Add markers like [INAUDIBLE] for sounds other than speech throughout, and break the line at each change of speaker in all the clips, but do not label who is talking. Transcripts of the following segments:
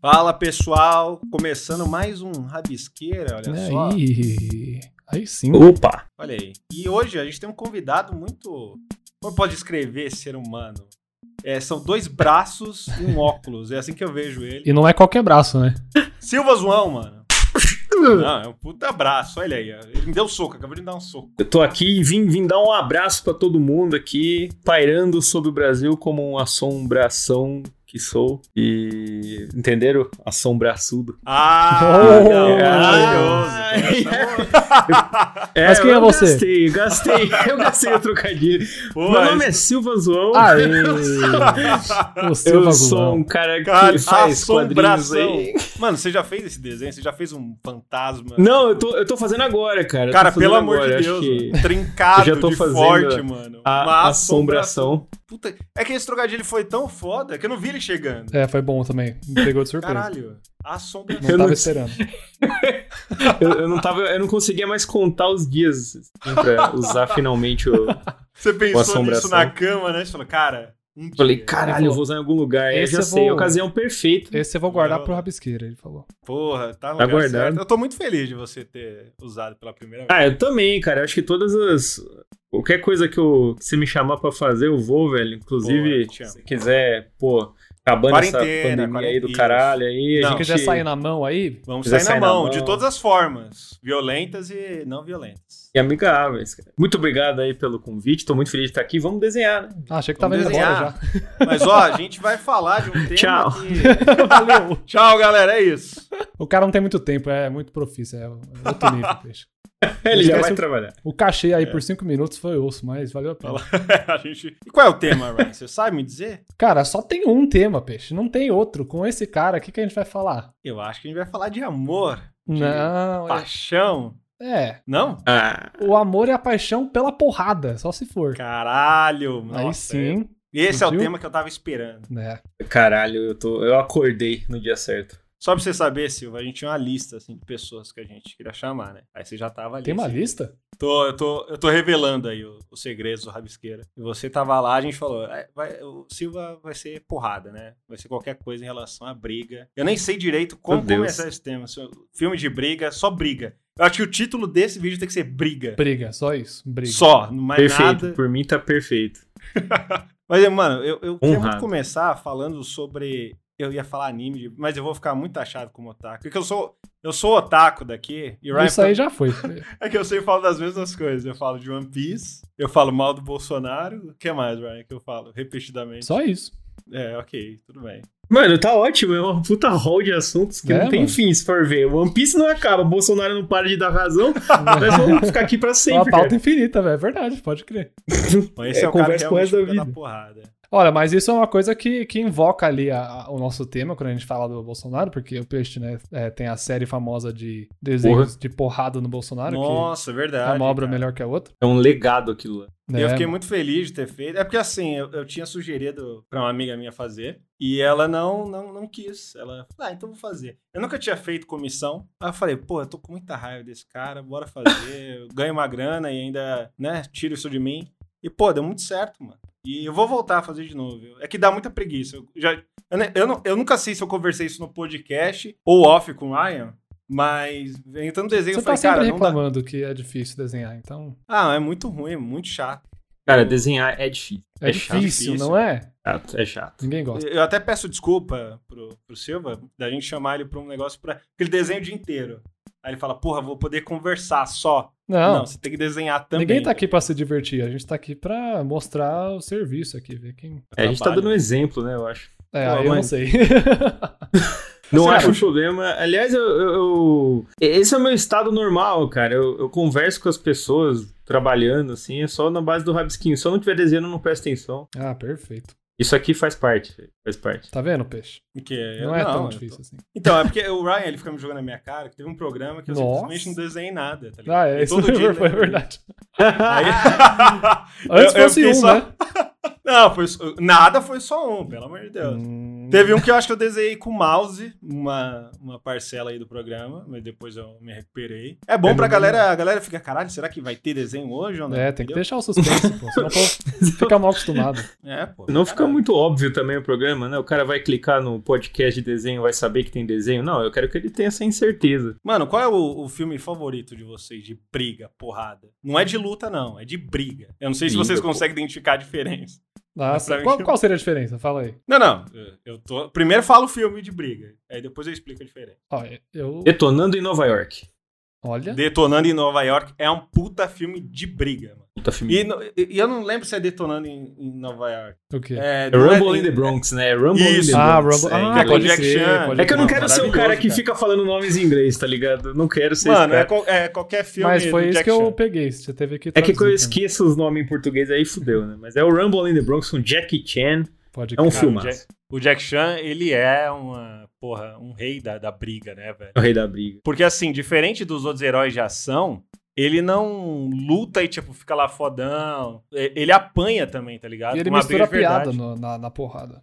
Fala pessoal, começando mais um Rabisqueira, olha É
É
só.
Né, Aí, aí sim.
Opa!
Olha aí. E hoje a gente tem um convidado muito. Como pode escrever ser humano? É, são dois braços e um óculos. É assim que eu vejo ele.
E não é qualquer braço, né?
Silva Zoão, mano. Não, é um puta abraço, olha aí. ó. Ele me deu um soco, acabou de me dar um soco.
Eu tô aqui e vim, vim dar um abraço pra todo mundo aqui, pairando sobre o Brasil como uma assombração que sou. E. Entenderam? Assombraçudo.
Ah,
Oh,
não,
ai.
maravilhoso. Então, tá Essa
[LAUGHS] É,
Mas quem é
eu
você?
Gastei, eu gastei, [LAUGHS] eu gastei o trocadilho.
boa.
Meu nome é Silva Zoão. [LAUGHS]
Aê! O
[LAUGHS]
eu
Silva
sou
Gulão.
um cara que
Cara,
faz quadrinhos
assombração.
aí.
Mano, você já fez esse desenho? Você já fez um fantasma?
Não, eu tô, eu tô fazendo agora, cara. Eu
Cara,
tô fazendo
pelo amor
agora,
de Deus,
acho que
mano. trincado
eu já tô
de
fazendo
forte, mano. um
A
Uma
assombração.
Puta, é que esse trocadilho foi tão foda que eu não vi ele chegando.
É, foi bom também. Me pegou de surpresa.
Caralho, assombração.
Não
Eu
tava
não-
esperando.
Eu, eu não tava, eu não conseguia mais contar os dias assim, pra usar finalmente o.
Você pensou nisso
assombração.
na cama, né? Você falou, cara, um dia.
Falei, caralho, eu vou usar em algum lugar. Eu
Esse
já
eu
sei,
vou-
ocasião perfeita.
Esse eu vou guardar
Não.
pro Rabisqueira, ele falou.
Porra, tá, no
Tá
lugar
guardado.
certo. Eu tô muito feliz de você ter usado pela primeira vez.
Ah, eu também, cara. Eu acho que todas as. Qualquer coisa que, eu, que você me chamar pra fazer, eu vou, velho.
Boa,
Inclusive,
te amo.
se quiser, pô, acabando essa
Quarentena,
pandemia aí do
quarentena.
caralho
Não.
aí. a
Se
gente...
quiser sair na mão aí,
Vamos
quiser
sair na
sair na
mão,
mão.
de todas as formas. Violentas e não violentas.
E amigáveis, cara. Muito obrigado aí pelo convite. Tô muito feliz de estar aqui. Vamos desenhar, né?
ah, achei que tava
Vamos
indo embora
desenhar. Mas ó, a gente vai falar
[LAUGHS]
de um tema
Tchau.
que...
[LAUGHS]
já. Valeu.
Tchau, galera, é isso. [LAUGHS]
O cara não tem muito tempo, é muito profício, é outro nível, peixe.
Ele já
Esquece
vai
o-
trabalhar.
O cachê aí
É.
por 5 minutos foi osso, mas valeu a pena.
a gente... E qual é o tema, Ryan? Você sabe me dizer?
Cara, só tem um tema, peixe. Não tem outro. Com esse cara, o que, que a gente vai falar?
Eu acho que a gente vai falar de amor, De
Não, é-
paixão.
é.
Não?
Ah,
O amor e a paixão pela porrada, só se for.
Caralho,
aí
nossa,
sim,
Esse é o
Viu?
tema que eu tava esperando.
né?
caralho, eu, tô, eu acordei no dia certo.
Só pra você saber, Silva, a gente tinha uma lista assim, de pessoas que a gente queria chamar, né? Aí você já tava ali.
Tem uma
assim.
lista?
Tô, eu, tô, eu tô revelando aí o- os segredos do Rabisqueira. E você tava lá, a gente falou: "É, vai- o Silva vai ser porrada, né? Vai ser qualquer coisa em relação à briga. Eu nem sei direito como
Meu Deus.
começar esse tema. Se eu- Filme de briga, só briga. Eu acho que o título desse vídeo tem que ser Briga.
Briga, só isso. Briga.
Só, não mais
perfeito.
nada.
Por mim tá perfeito.
Mas, mano, eu, eu queria
Honrado.
muito começar falando sobre. Eu ia falar anime, de- mas eu vou ficar muito achado como otaku. Porque eu sou. Eu sou otaku daqui. E o Ryan
Isso aí já foi.
[LAUGHS] É que eu sempre falo das mesmas coisas. Eu falo de One Piece, eu falo mal do Bolsonaro. O que mais, Ryan, que eu falo repetidamente?
só isso.
É, ok, tudo bem.
Mano, tá ótimo, é uma puta hall de assuntos que
É,
não tem
mano.
fim, se for ver. One Piece não acaba, Bolsonaro não para de
[LAUGHS]
dar razão, nós vamos ficar aqui pra
É uma
sempre.
pauta
Cara.
infinita, velho. É verdade, pode crer.
Mas esse é,
É,
o cara que
conversa com o
realmente
resto da
fica na
vida.
porrada.
Olha, mas isso é uma coisa que, que invoca ali a- a- o nosso tema quando a gente fala do Bolsonaro, porque o Peixe, né, é, tem a série famosa de desenhos de porrada no Bolsonaro,
Nossa,
que
verdade.
é uma obra
cara.
melhor que a outra.
É um legado aquilo lá.
E eu
né?
fiquei muito feliz de ter feito. É porque assim, eu, eu tinha sugerido pra uma amiga minha fazer e ela não não, não quis. Ela, ah, então vou fazer. Eu nunca tinha feito comissão. Aí eu falei, pô, eu tô com muita raiva desse cara, bora fazer. Eu ganho uma grana e ainda, né, tiro isso de mim. E, pô, deu muito certo, mano. E eu vou voltar a fazer de novo. viu? É que dá muita preguiça. Eu, já, eu, ne- eu, não- eu nunca sei se eu conversei isso no podcast ou off com o Ryan, mas vem tanto desenho
Você
que eu falei,
tá sempre
cara, não dá.
reclamando que é difícil desenhar, então
Ah, é muito ruim, é muito chato.
Cara,
Eu-
desenhar é difícil.
é, difícil,
difícil.
não é?
Chato, é chato.
Ninguém gosta.
Eu até peço desculpa pro, pro Silva da gente chamar ele pra um negócio pra. Porque ele desenha o dia inteiro. Aí ele fala, porra, vou poder conversar só. Não,
Não,
você tem que desenhar também.
ninguém tá aqui pra se divertir, a gente tá aqui pra mostrar o serviço aqui, ver quem...
É, a gente tá
Trabalho.
dando um exemplo, né, eu acho.
É,
Pô,
aí eu
mãe.
não sei. [LAUGHS]
Não
Será?
acho um problema. Aliás, eu, eu- eu- Esse é o meu estado normal, cara. Eu, eu converso com as pessoas trabalhando, assim, é só na base do rabisquinho. Se eu não tiver desenhando, eu não presto atenção.
ah, perfeito.
Isso aqui faz parte, velho, faz parte.
Tá vendo, peixe?
Porque eu-
Não é
eu
tão
tô-
difícil assim.
Então, é porque o Ryan ele fica me jogando na minha cara que teve um programa que eu
Nossa.
simplesmente não desenhei nada, tá ligado?
Ah, é,
E
isso
todo dia ele
[LAUGHS] foi
lembra
verdade.
Aí...
Antes
Eu- eu [LAUGHS]
fosse
fiquei
um,
só-
né?
não, foi só- nada foi só um, pelo amor de Deus.
Hum.
Teve um que eu acho que eu desenhei com mouse, uma, uma parcela aí do programa, mas depois eu me recuperei. É bom
Eu
pra
não-
galera, a galera fica, caralho, será que vai ter desenho hoje ou não?
É, tem que
um, né? Entendeu?
deixar o suspense, pô.
[LAUGHS]
Senão pô, fica mal acostumado.
É, pô.
Não fica
caralho.
muito óbvio também o programa, né? O cara vai clicar no podcast de desenho, vai saber que tem desenho. Não, eu quero que ele tenha essa incerteza.
Mano, qual é o, o filme favorito de vocês de briga, porrada? Não é de luta, não, é de briga. Eu não sei se
Briga,
vocês
pô.
conseguem identificar a diferença.
Nossa,
Pra mim,
Ah, qual,
eu-
qual seria a diferença? Fala aí.
Não, não. Eu tô. Primeiro falo o filme de briga. Aí depois eu explico a diferença.
Ó, eu.
Detonando em Nova York.
Olha.
Detonando em Nova York é um puta filme de briga, mano.
Puta filme.
E, no- e eu não lembro se é Detonando em, em Nova York.
O quê?
É,
É
não é-
Rumble in the Bronx, né? É Rumble
Isso.
in the
Ah,
Bronx.
Rumble.
é,
Ah,
inglês.
Michael
pode
Jackson.
ser, pode
É que eu não
ser.
quero ser o
maravilhoso,
cara que
cara.
fica falando nomes em inglês, tá ligado? Eu não quero ser esse
Mano,
cara.
é, qual- é qualquer filme
Mas foi
do
isso
Jack
que eu
Chan.
peguei. Você teve que.
É que eu
traduzir
esqueço os nomes em português, aí fudeu, né? Mas é o Rumble in the Bronx com Jackie Chan.
também. Pode
É um
crer.
Cara,
filmaço.
o Jack- O Jack Chan, ele é uma, porra, um rei da, da briga, né, velho?
é O rei da briga.
Porque, assim, diferente dos outros heróis de ação, ele não luta e, tipo, fica lá fodão. E- Ele apanha também, tá ligado?
E ele
Uma
mistura a
briga de
piada né?
verdade.
no- na, na porrada.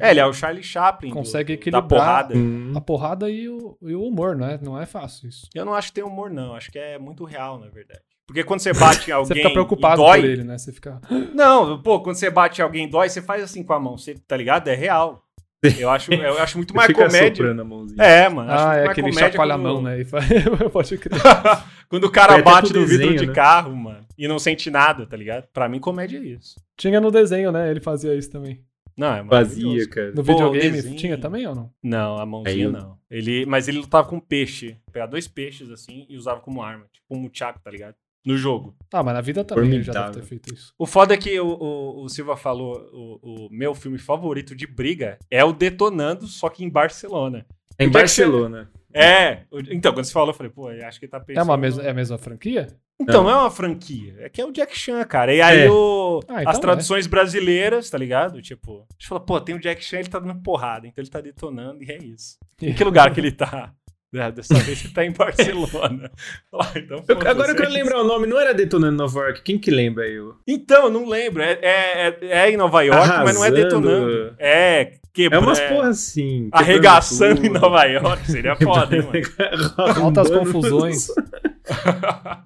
É, ele é o Charlie Chaplin. do-
Consegue
do-
equilibrar.
Da porrada.
Hum.
A porrada e o, e o humor, né? Não é fácil isso.
Eu não acho que tem humor, não. Acho que é muito real, na verdade. Porque quando você bate em alguém.
[LAUGHS] Você fica preocupado
e dói,
por ele, né? Você fica.
Não, pô, quando você bate em alguém e dói, você faz assim com a mão, você, tá ligado? É real. Eu
[LAUGHS]
acho, eu acho muito mais
Fica
comédia.
soprando a mãozinha.
É, mano. acho
Ah,
muito
é
mais
aquele
comédia
chacoalha a
quando-
mão, né? é E faz- [LAUGHS] Pode crer.
Quando o
Foi
cara
até
bate
pro
no vidro
desenho,
de
né?
carro, mano, e não sente nada, tá ligado? Pra mim, comédia é isso.
Tinha no desenho, né? Ele fazia isso também.
Não, é
Vazia,
maravilhoso.
cara.
No
Pô,
videogame
desenho.
tinha também ou não?
Não, a mãozinha
Aí-
não. Ele, mas ele lutava com peixe. Pegava dois peixes assim e usava como arma, tipo um muchaco, tá ligado? No jogo.
Ah, mas na vida também ele já deve
Formidável.
ter feito isso.
O foda é que o, o- o Silva falou, o, o meu filme favorito de briga é o Detonando, só que em Barcelona.
Em
Jack Chan-
Barcelona.
É, o- então, quando você falou, eu falei, pô, eu acho que ele tá pensando...
É, uma mes é a mesma franquia?
Então, não é uma franquia. É que é o Jack Chan, cara. E aí
É.
o-
Ah, então
as traduções brasileiras, tá ligado? Tipo, a gente fala, pô, tem o Jack Chan, ele tá dando porrada, então ele tá detonando e é isso. Em que lugar que ele tá? [LAUGHS] Né, Dessa vez ele tá em
[LAUGHS]
Barcelona. Lá, então,
Eu-
foda-se,
agora eu quero
é
lembrar o nome, não era Detonando Nova York, quem que lembra aí? o-
isso. Então, eu não lembro. É, é, é- é em Nova York, mas não é
Arrasando.
detonando. É,
É
quebrando.
umas porra assim. quebrando
Arregaçando em
tudo. [LAUGHS]
Nova York, seria foda, hein, mano?
Altas confusões.
[LAUGHS]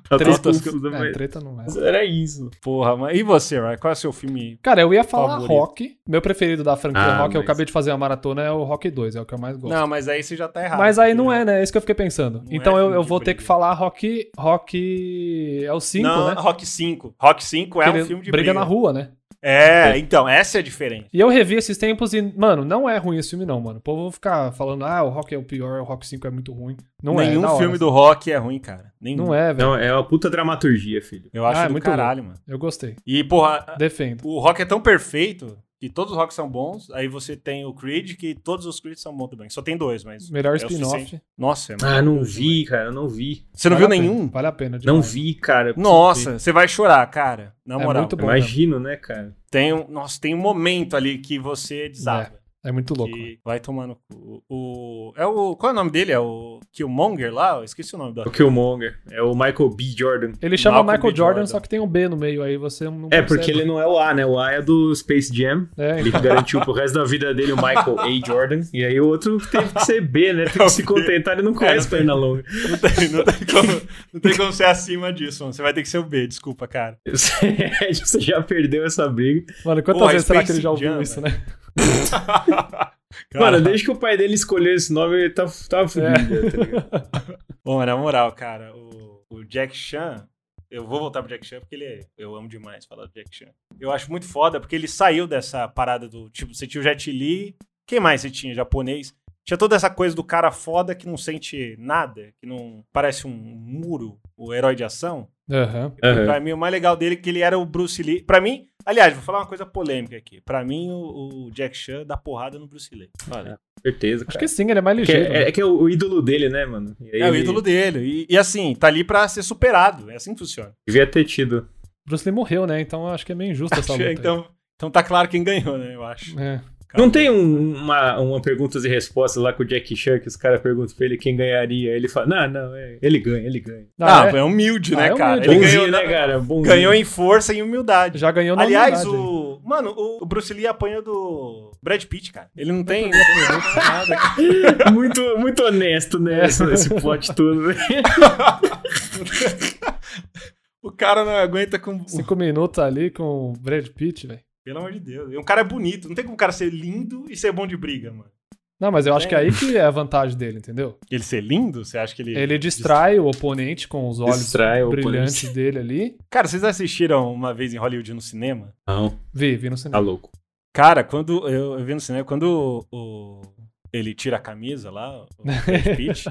Altas
Tretas.
confusões.
É,
mas-
treta não é.
mas Era isso.
Porra, mas e você, Ryan? Qual é o seu filme?
Cara, eu ia falar
Favorito.
rock. Meu preferido da franquia
Ah,
rock, eu
mas-
acabei de fazer uma maratona, é o Rock 2, é o que eu mais gosto.
Não, mas aí você já tá errado.
Mas aí
porque-
não é, né? É isso que eu fiquei pensando.
Não
então
é
eu,
filme
eu
de
vou ter
briga.
que falar Rock. Rock é o 5,
não,
né?
Rock 5. Rock 5 é
Porque
um
ele
filme de
briga na rua, né?
É, então, essa é a diferença.
E eu revi esses tempos e, mano, não é ruim esse filme, não, mano. O povo ficar falando, ah, o Rock é o pior, o Rock 5 é muito ruim. Não é, é.
Nenhum
da hora.
filme do rock é ruim, cara. Nenhum.
Não é, velho.
Não, é uma puta dramaturgia, filho.
Eu acho
Ah, é
do
muito
caralho, mano.
Eu gostei.
E, porra, a-
Defendo.
o rock é tão perfeito que todos os rocks são bons. Aí você tem o Creed, que todos os Creeds são bons também. Só tem dois, mas.
Melhor
é o
spin-off.
suficiente. Nossa, é
Ah, não
maravilhoso,
vi, cara, eu não vi.
mano. Você não viu
Vale a pena,
nenhum?
Vale a pena.
Não
demais.
vi, cara. eu preciso ver.
Nossa, você vai chorar, cara. Na
É
moral.
muito bom.
Imagino, né, cara?
Tem um, nossa, tem um momento ali que você desaba.
É muito louco. mano.
que vai tomar no cu. O, o- é o. Qual é o nome dele? É o Killmonger lá? Eu esqueci o nome do
O Killmonger. É o Michael B. Jordan.
Ele chama
Malcolm
Michael
B.
Jordan,
Jordan.
só que tem um B no meio, aí você não
É,
percebe.
porque ele não é o A, né? O A é do Space Jam.
É, [LAUGHS]
Ele garantiu pro resto da vida dele o Michael A. Jordan. E aí o outro teve que ser B, né?
[LAUGHS]
Tem que se contentar, ele não conhece perna longa.
[LAUGHS]
[LAUGHS]
Não tem, não tem como, não tem como ser acima disso, mano. Você vai ter que ser o B, desculpa, cara. [LAUGHS]
Você já perdeu essa briga.
Mano, quantas
Porra,
vezes será que
Space
ele já ouviu
Jam,
isso, né?
Cara, É.
Mano, desde que o pai dele escolheu esse nome, ele tá, tá fudido. né, tá
[LAUGHS]
ligado?
Bom, na moral, cara, o, o Jack Chan. Eu vou voltar pro Jack Chan porque ele é, eu amo demais falar do Jack Chan. Eu acho muito foda porque ele saiu dessa parada do. Tipo, você tinha o Jet Li. Quem mais você tinha? Japonês. Tinha toda essa coisa do cara foda que não sente nada, que não parece um muro, o herói de ação.
né? Aham.
Aham.
Pra mim, o mais legal dele é que ele era o Bruce Lee. Pra mim, aliás, vou falar uma coisa polêmica aqui. Pra mim, o, o Jack Chan dá porrada no Bruce Lee. Olha,
Certeza,
Acho
cara.
que sim, ele é mais
Que
ligeiro.
é, é que é o, o ídolo dele, né, mano? E aí
é o
ele
ídolo dele. E, e assim, tá ali pra ser superado. É assim que [LAUGHS] funciona.
Devia ter tido.
Bruce Lee morreu, né? Então eu acho que é meio injusto essa luta. aí.
então, então tá claro quem ganhou, né? Eu acho.
É.
Não tem um- uma, uma perguntas e respostas lá com o Jack Chan que os caras perguntam pra ele quem ganharia. Aí Ele fala, não, não, é, ele ganha, ele ganha.
Ah,
Ah, é?
é? humilde,
Ah,
né,
é
cara?
humilde.
Ele
Bonzinho,
ganhou,
né, cara? Bonzinho.
ganhou em força e humildade.
Já ganhou na
Aliás,
humildade,
o, Mano, o, o Bruce Lee apanha do Brad Pitt, cara. Ele não tem, não tem [LAUGHS] nada. cara.
[LAUGHS] muito, muito honesto,
É.
né? Esse, esse
[LAUGHS]
plot todo. né?
O cara não aguenta com.
Cinco minutos ali com o Brad Pitt, velho.
Pelo amor de Deus. E Um cara é bonito. Não tem como o cara ser lindo e ser bom de briga, mano.
Não, mas eu acho
É.
que aí que é a vantagem dele, entendeu?
Ele ser lindo? Você acha que ele.
Ele distrai o oponente com os olhos
Distrai o
brilhantes
oponente.
dele ali.
Cara, vocês assistiram uma vez em Hollywood no cinema?
Não,
Vi, vi no
tá
cinema.
louco.
Cara, quando eu, eu vi no cinema, quando o, o- ele tira a camisa lá,
[LAUGHS]
o Brad Pitt,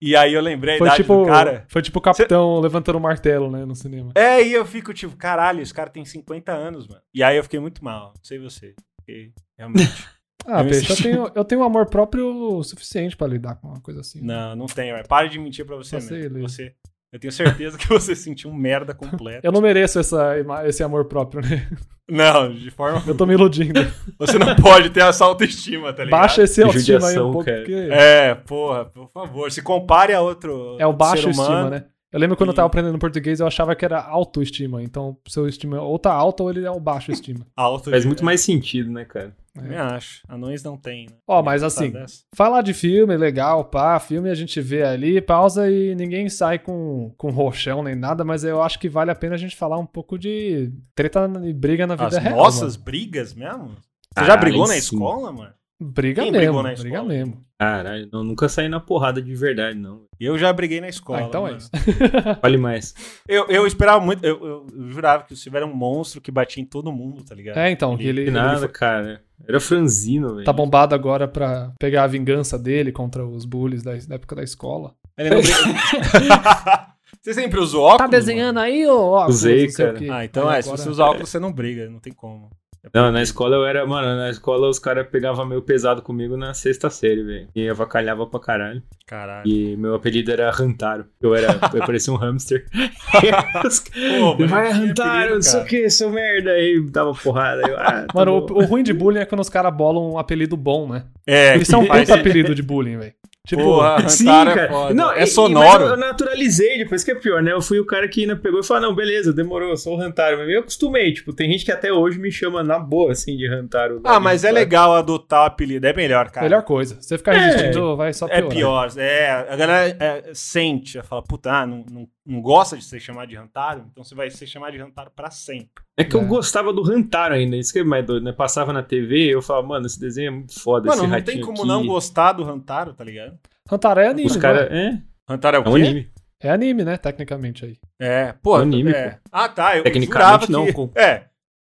e aí eu lembrei a
Foi
idade
tipo,
do cara.
foi tipo o capitão levantando o martelo, né, no cinema.
É, e eu fico tipo, caralho, esse cara tem 50 anos, mano. E aí eu fiquei muito mal, não sei você. Fiquei
[LAUGHS]
realmente.
Ah,
Eu
peixe, eu
assisti.
tenho, eu tenho um amor próprio suficiente pra lidar com uma coisa assim.
não, não tenho, mas para de mentir pra você,
Você,
mesmo.
Luiz.
Você, eu tenho certeza que você sentiu um
[LAUGHS]
merda completo.
Eu não mereço essa, ima- esse amor próprio, né?
Não, de forma.
Eu tô
[LAUGHS]
me iludindo.
Você não pode ter essa autoestima, tá ligado?
Baixa esse autoestima aí
Judiação,
um pouco,
cara.
porque é,
É, porra, por favor. Se compare a outro.
o baixo
ser
estima,
humano.
né? Eu lembro quando eu
E-
tava aprendendo português, eu achava que era autoestima. Então, seu estima ou tá alto ou ele é o baixo estima.
Alto
Faz
de-
muito mais sentido, né, cara?
Também acho. Anões não tem. né?
É. Ó, mas
Tá
assim,
dessa?
Falar de filme, legal, pá, filme a gente vê ali, pausa e ninguém sai com, com roxão nem nada, mas eu acho que vale a pena a gente falar um pouco de treta e briga na vida é
As
real.
nossas
mano.
brigas mesmo? Você já
Caralho,
brigou na
sim.
escola, mano?
Briga
Quem brigou
mesmo,
na
briga
escola?
mesmo.
Caralho, não, nunca saí na porrada de verdade, não.
Eu já briguei na escola.
ah, então
mano.
é isso. [LAUGHS]
Fale mais.
Eu, eu esperava muito. Eu, eu- eu jurava que o Silvio era um monstro que batia em todo mundo, tá ligado?
É, então, que
Ele-
ele,
De
ele
nada, cara. Era franzino, velho.
tá bombado agora pra pegar a vingança dele contra os bullies da, da época da escola.
Ele não briga.
[LAUGHS]
Você sempre usou óculos?
Tá desenhando aí, ô óculos,
Usei,
não sei o
cara.
quê.
mano? Ah, então
Aí
é. Se
agora-
você usar óculos, você não briga. Não tem como.
Não, na escola eu era, mano, na escola os caras pegavam meio pesado comigo na sexta série, velho. E avacalhava pra caralho.
Caralho.
E meu apelido era Rantaro. Eu era, [LAUGHS] eu parecia um [LAUGHS] hamster.
Pô, mas
Vai,
não tinha
Rantaro,
apelido,
não sei o
cara.
que, seu merda. Aí dava porrada. Eu, ah, tá
Mano,
bom.
o, o
[LAUGHS]
ruim de bullying é quando os caras bolam um apelido bom, né?
É, [LAUGHS]
Eles são um
faz-
puta apelido de bullying, velho. Tipo,
[LAUGHS]
Porra, Rantaro
Sim,
é
cara.
foda.
Não, e-
é
e-
sonoro.
mas eu- eu naturalizei, depois que é pior, né? Eu fui o cara que ainda pegou e falou: "Ah, não, beleza, demorou, eu sou o Rantaro. Mas eu acostumei, tipo, tem gente que até hoje me chama na boa, assim, de Rantaro.
Ah, mas é legal adotar apelido. É melhor, cara.
melhor coisa. Você ficar
É.
resistindo, vai só
É
piorar.
pior, é. A galera é, sente, fala, puta, ah, não, não, não gosta de ser chamado de Rantaro, então você vai ser chamado de Rantaro pra sempre.
É que
É.
eu gostava do Rantaro ainda, isso que é mais doido, né? Passava na TV e eu falava, mano, esse desenho é muito foda,
Mano,
esse
não
ratinho
tem como
aqui.
não gostar do Rantaro, tá ligado?
Hantaro é anime,
Os
né?
caras, é,
Rantaro é o
é
quê?
um anime.
É anime, né? Tecnicamente aí.
É, pô.
É um anime,
é. Ah, tá. Eu
Tecnicamente
jurava que-
não, com-
É,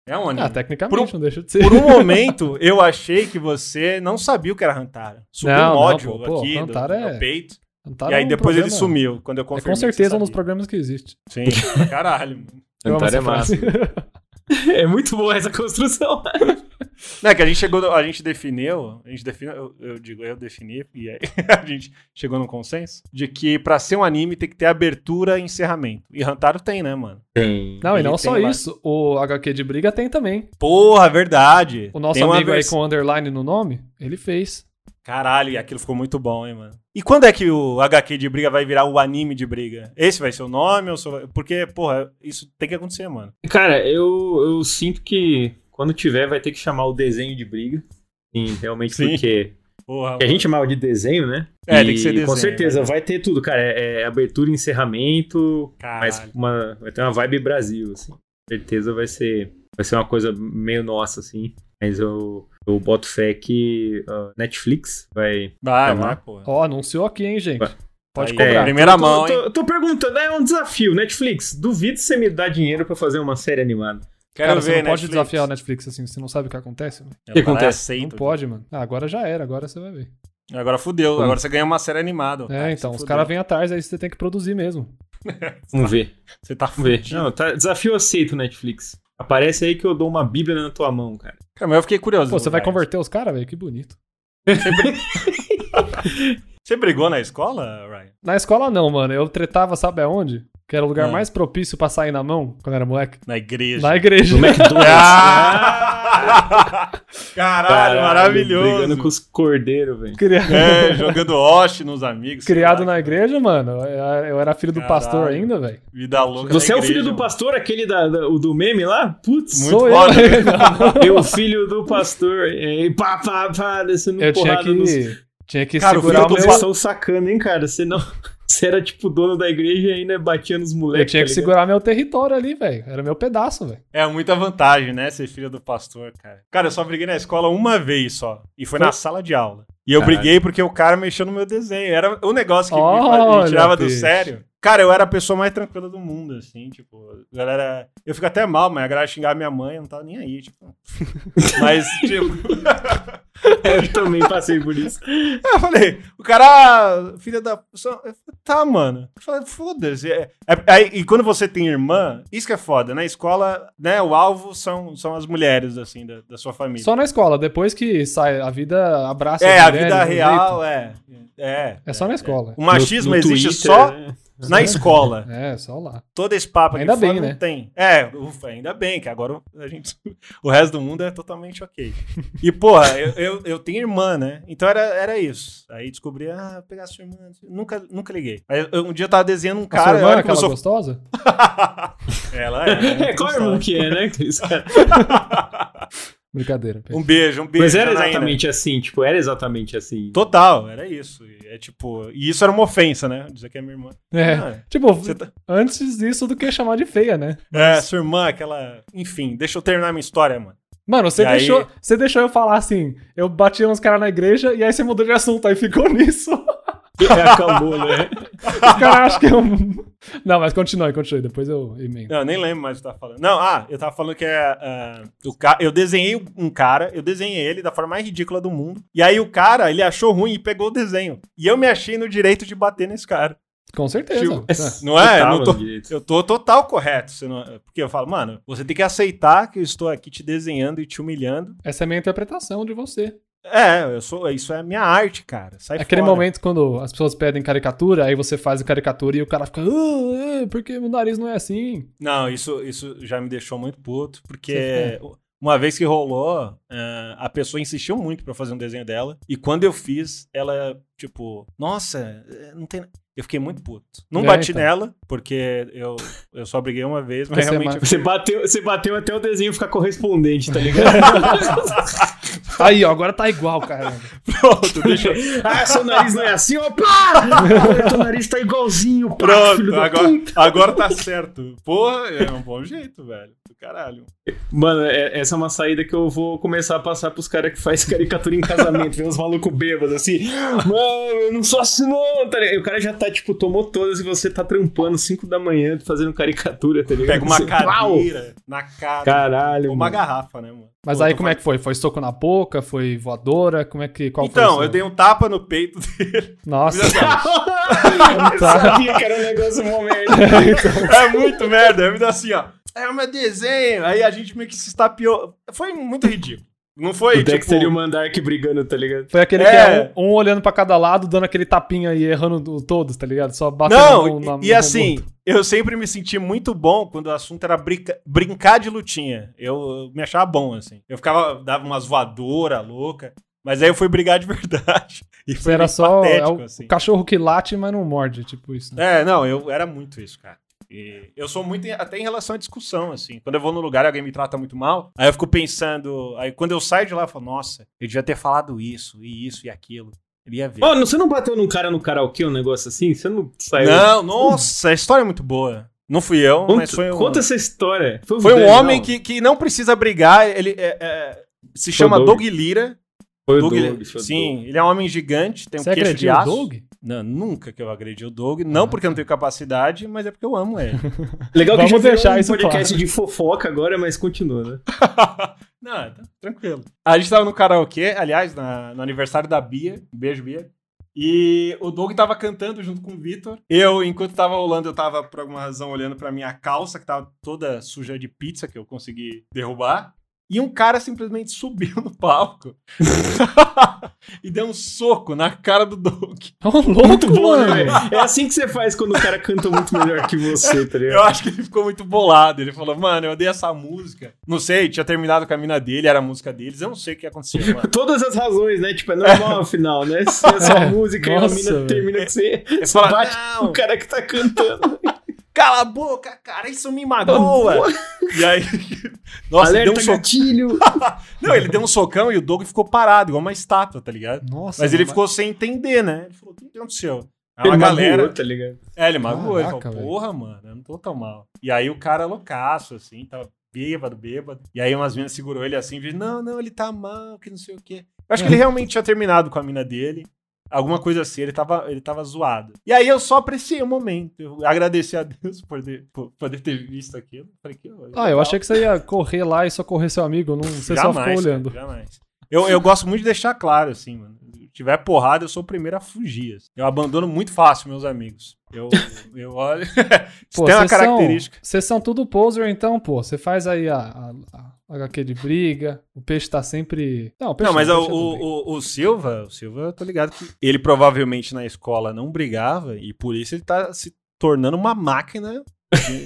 é um anime.
Ah, tecnicamente,
Por
não
[LAUGHS]
deixa de ser.
Por um momento, eu achei que você não sabia o que era Rantaro. Subiu
Não,
um
não,
ódio
pô, pô,
aqui do-
Rantaro
do,
é-
meu peito.
Hantaro
e aí
é um
depois ele
programa-
sumiu, quando eu
É
confirmei.
com certeza um
nos
dos programas que existe.
Sim, pra caralho, mano.
Eu amo
Rantaro é
essa
massa.
frase.
[LAUGHS] É muito boa essa construção.
Não, é que a gente chegou, a gente definiu, a gente definiu, eu, eu digo, eu defini, e aí [LAUGHS] a gente chegou num consenso de que pra ser um anime tem que ter abertura e encerramento. E Rantaro tem, né, mano?
Tem.
[LAUGHS] Não, e
Ele
não
tem
só
lá.
isso. O HQ de briga tem também.
Porra, verdade.
O nosso
Tem um uma
amigo aí
vers-
com underline no nome, ele fez.
Caralho, e aquilo ficou muito bom, hein, mano. E quando é que o HQ de briga vai virar o anime de briga? Esse vai ser o nome? Ou só... Porque, porra, isso tem que acontecer, mano.
Cara, eu, eu sinto que quando tiver vai ter que chamar o desenho de briga. Sim, realmente,
Sim.
porque
Porra,
que a gente chamava de desenho, né?
É, tem que ser
E Com
desenho,
certeza,
né?
vai ter tudo, cara. É, é abertura e encerramento,
caralho.
mas uma, vai ter uma vibe Brasil, assim. Com certeza vai ser, vai ser uma coisa meio nossa, assim. Mas eu, eu boto fé que ah, Netflix vai.
Vai,
Tá
vai,
bom.
porra.
Ó, anunciou aqui, hein, gente.
Ué.
é Pode
Aí, é,
cobrar.
Primeira
Eu tô-
mão,
tô,
Tá hein?
eu tô perguntando, é um desafio. Netflix, duvido você me dar dinheiro pra fazer uma série animada.
Quero
Cara,
ver,
você não pode
Netflix.
desafiar a Netflix assim, você não sabe o que acontece. né?
Ela vai
acontece?
e
Não
aceita.
pode, mano. Ah, agora já era, agora você vai ver.
Agora fudeu,
Hum.
agora você ganha uma série animada.
É,
cara,
então,
Tá, se
os
fudeu.
caras vêm atrás, aí você tem que produzir mesmo.
Vamos ver.
Você tá
Vamos ver.
fudido.
Não, tá- desafio aceito, Netflix. Aparece aí que eu dou uma bíblia na tua mão, cara.
Cara, mas eu fiquei curioso.
Pô, você vai
Ryan.
converter os caras, velho? Que bonito.
Você brigou na escola, Ryan?
Na escola não, mano. Eu tretava, sabe aonde? Que era o lugar
Ah. [LAUGHS]
mais propício pra sair na mão quando era moleque.
Na igreja.
[LAUGHS]
Na igreja. [LAUGHS]
No McDonald's.
Ah! Caralho, maravilhoso.
Brigando com os cordeiros, velho.
Criado,
É, jogando Osh nos amigos.
criado
Caraca,
na igreja, mano. Eu eu era filho do
Caralho.
pastor ainda, velho.
Vida louca.
Você é
na
o filho
igreja,
do
mano.
pastor, aquele da, da- o do meme lá? Putz,
Muito
Sou eu,
foda, né?
velho.
eu filho do pastor. E pá, pá, pá, descendo
Eu tinha
porrada nos...
que, tinha que
Cara, o
segurar o
filho do
meu.
Vocês são sacana, hein, cara? Você não... [LAUGHS] Você era, tipo, dono da igreja e ainda batia nos
Eu
tá
moleques, tá
tinha que segurar meu território ali, velho. Era meu pedaço, velho.
É muita vantagem, né? Ser filho do pastor, cara. Cara, eu só briguei na escola uma vez só. E foi na sala de aula. E eu
Caralho.
briguei porque o cara mexeu no meu desenho. Era o negócio que me,
Olha,
fazia, me tirava do
bicho.
sério. Cara, eu era a pessoa mais tranquila do mundo, assim, tipo, a galera. Eu fico até mal, mas a galera xingava minha mãe, eu não tava nem aí, tipo. Mas, tipo,
Eu também passei por isso.
eu falei, o cara, ah, filha da. só- eu falei, Tá, mano. Eu falei, foda-se. É- é- aí- e quando você tem irmã, isso que é foda. Na escola, né, o alvo são, são as mulheres, assim, da, da sua família.
Só na escola, depois que sai, a vida abraça.
É,
as
a
mulheres,
vida
do
real
jeito.
é. É.
É só na escola.
O [LAUGHS] machismo
No- no
existe
Twitter,
só
né?
na escola.
É, só lá.
Todo esse papo aqui
Ainda
fora
bem,
não
né?
tem. É, ufa, ainda bem, que agora a gente, [LAUGHS] o resto do mundo é totalmente ok. E, porra, eu, eu, eu tenho irmã, né? Então era, era isso. Aí descobri, ah, vou pegar sua irmã. Nunca, nunca liguei. Aí, eu- um dia eu tava desenhando um
A sua
cara,
irmã
olha
era
como eu
aquela
sou.
gostosa?
[LAUGHS] Ela é. né?
[LAUGHS] É, [LAUGHS] qual irmão que é, né, Cris?
Brincadeira.
[LAUGHS] Um beijo, um beijo.
Mas era
Janaína.
exatamente assim, tipo, era exatamente assim.
Total, era isso. E É tipo, e isso era uma ofensa, né? Dizer que é minha irmã.
É.
Ah,
Tipo,
você tá-
antes disso do que chamar de feia, né?
É, sua irmã, aquela. Enfim, deixa eu terminar minha história, mano.
Mano, você
E aí-
deixou, você deixou eu falar assim, eu bati uns caras na igreja e aí você mudou de assunto, aí ficou [LAUGHS] nisso. Os
É, acabou, né?
caras acham que eu... [LAUGHS] Não, mas continue, continue, depois eu emendo.
Não, eu nem lembro mais o que eu tava falando. Não, ah, eu tava falando que é. ah, o ca... Eu desenhei um cara, eu desenhei ele da forma mais ridícula do mundo. E aí o cara, ele achou ruim e pegou o desenho. E eu me achei no direito de bater nesse cara.
Com certeza.
Tio,
É.
[LAUGHS] Não é?
Tava
Não tô-
direito.
Eu tô total correto. você não- Porque eu falo, mano, você tem que aceitar que eu estou aqui te desenhando e te humilhando.
Essa é a minha interpretação de você. É
É, eu sou. Isso é minha arte, cara. Sai
Aquele
fora.
momento quando as pessoas pedem caricatura, aí você faz a caricatura e o cara fica, "Ah, é, porque meu nariz não é
[LAUGHS]
assim.
Não, isso, isso já me deixou muito puto,
Você
porque uma vez que rolou, ah, a pessoa insistiu muito pra eu fazer um desenho dela, e quando eu fiz, ela, tipo, nossa, eh, não tem. Eu fiquei muito puto. Não
É,
bati
então.
nela, porque eu, eu só briguei uma vez, mas
Você é
realmente.
má.
Você bateu, você bateu até o desenho ficar correspondente, tá ligado? [LAUGHS]
Aí, ó, agora tá
[LAUGHS]
igual, caramba.
[LAUGHS] Pronto, deixa eu.
ah, seu nariz não é assim, [LAUGHS] ó, pá! Teu nariz tá igualzinho, pá,
Pronto,
filho da
agora,
puta.
agora tá certo. Porra, é um bom jeito, velho. Do caralho.
Mano, é- essa é uma saída que eu vou começar a passar pros caras que faz caricatura em casamento, vê uns malucos bêbados assim. Mano, eu não sou assim não, tá ligado? E o cara já tá, tipo, tomou todas e você tá trampando 5 da manhã fazendo caricatura, tá ligado?
Pega uma
Você- Uau!
cadeira na cara.
Caralho,
ou uma
mano.
garrafa, né, mano?
Mas
Pô,
aí
tô
como é que foi? Foi soco na boca? Foi voadora? Como é que... Qual foi o
Então,
seu-
eu dei assim, um tapa no peito
Nossa,
Eu sabia
[LAUGHS]
que era um negócio mó merda.
É muito merda. Eu me dou assim, ó. É o meu desenho. Aí a gente meio que se estapeou. Foi muito ridículo. Não foi,
O Dexter
tipo...
e o Mandark brigando, tá ligado?
Foi aquele
É.
que é um, um olhando pra cada lado, dando aquele tapinha e errando o- todos, tá ligado? Só batendo
Não,
no- na-
e, e
no
assim,
outro.
eu sempre me senti muito bom quando o assunto era brinca- brincar de lutinha. Eu, eu me achava bom, assim. Eu ficava, dava umas voadoras louca. Mas aí eu fui brigar de [LAUGHS] verdade. E
Você
foi
era
meio
só é
patético,
o
assim.
cachorro que late, mas não morde, tipo isso. né?
É, não, eu era muito isso, cara. E eu sou muito, em- até em relação à discussão, assim. Quando eu vou num lugar e alguém me trata muito mal, aí eu fico pensando. Aí quando eu saio de lá, eu falo, nossa, eu devia ter falado isso, e isso, e aquilo. Ele ia ver.
Mano, você não bateu num cara no karaokê, um negócio assim? Você não saiu...
não, nossa, a história é muito boa. Não fui eu,
Conta,
mas foi um.
conta essa história. o
Foi um
Dan,
homem
não?
que, que não precisa brigar, ele é- é- se
Foi o
chama
Doug.
Doug Lira.
Foi o
Doug Lira-
Doug, foi o
sim, ele é um homem gigante, tem um
Você
queixo de
agrediu o
aço.
Doug?
Não, nunca que eu agredi o Doug, não
Ah,
porque eu não tenho capacidade, mas é porque eu amo ele.
Legal
Vamos
que já virou
deixar
um
isso Ah.
podcast de fofoca agora, mas continua, né?
Não, tá tranquilo. A gente tava no karaokê, aliás, na- no aniversário da Bia. Um Beijo, Bia. E o Doug tava cantando junto com o Vitor. Eu, enquanto tava rolando, eu tava, por alguma razão, olhando pra minha calça, que tava toda suja de pizza que eu consegui derrubar. E um cara simplesmente subiu no palco [LAUGHS] e deu um soco na cara do Doug.
Ô, [LAUGHS] louco,
Muito bom,
mano.
né, velho? É assim que você faz quando o cara canta muito melhor que você, tá
Eu
ligado?
acho que ele ficou muito bolado. Ele falou, mano, eu dei essa música. Não sei, tinha terminado com a mina dele, era a música deles. Eu não sei o que aconteceu, [LAUGHS] mano.
Todas as razões, né? Tipo, é normal, afinal, né? Se é só
É.
música
Nossa,
e a mina
velho.
termina com você,
Ele
você
fala,
bate
não,
o cara que tá cantando.
cala a boca, cara, isso me magoa. [LAUGHS] e aí, nossa, ele deu um
Alerta
socão.
gatilho.
Não, ele deu um socão e o Doug ficou parado, igual uma estátua, tá ligado?
Nossa,
Mas ele
mano,
ficou sem entender, né? Ele falou, o que aconteceu? Aí
Ele
uma
magoou,
galera.
tá ligado?
É, ele magoou. Ele
Caraca,
falou,
velho.
porra, mano, eu não tô tão mal. E aí o cara loucaço, assim, tava bêbado, bêbado. E aí umas minas segurou ele assim, e disse, não, não, ele tá mal, que não sei o quê. Eu acho que
É.
ele realmente tinha terminado com a mina dele. Alguma coisa assim, ele tava, ele tava zoado. E aí eu só apreciei o momento. Eu agradeci a Deus por ter, por poder ter visto aquilo. Falei, que
Ah, eu achei que você ia correr lá e socorrer seu amigo. Não, você só ficou
cara,
olhando.
Jamais. Eu, eu gosto muito de deixar claro, assim, mano. Se tiver porrada, eu sou o primeiro a fugir. assim. Eu abandono muito fácil meus amigos. Eu, eu olho. [LAUGHS] Isso
Pô,
tem uma
vocês são-
característica.
Vocês são tudo poser, então, pô. Você faz aí a, a, a HQ de briga. O peixe tá sempre. Não, o peixe
Não, mas
o
o,
peixe é do bem.
o, o, o Silva, o Silva, eu tô ligado que ele provavelmente na escola não brigava e por isso ele tá se tornando uma máquina de
[LAUGHS]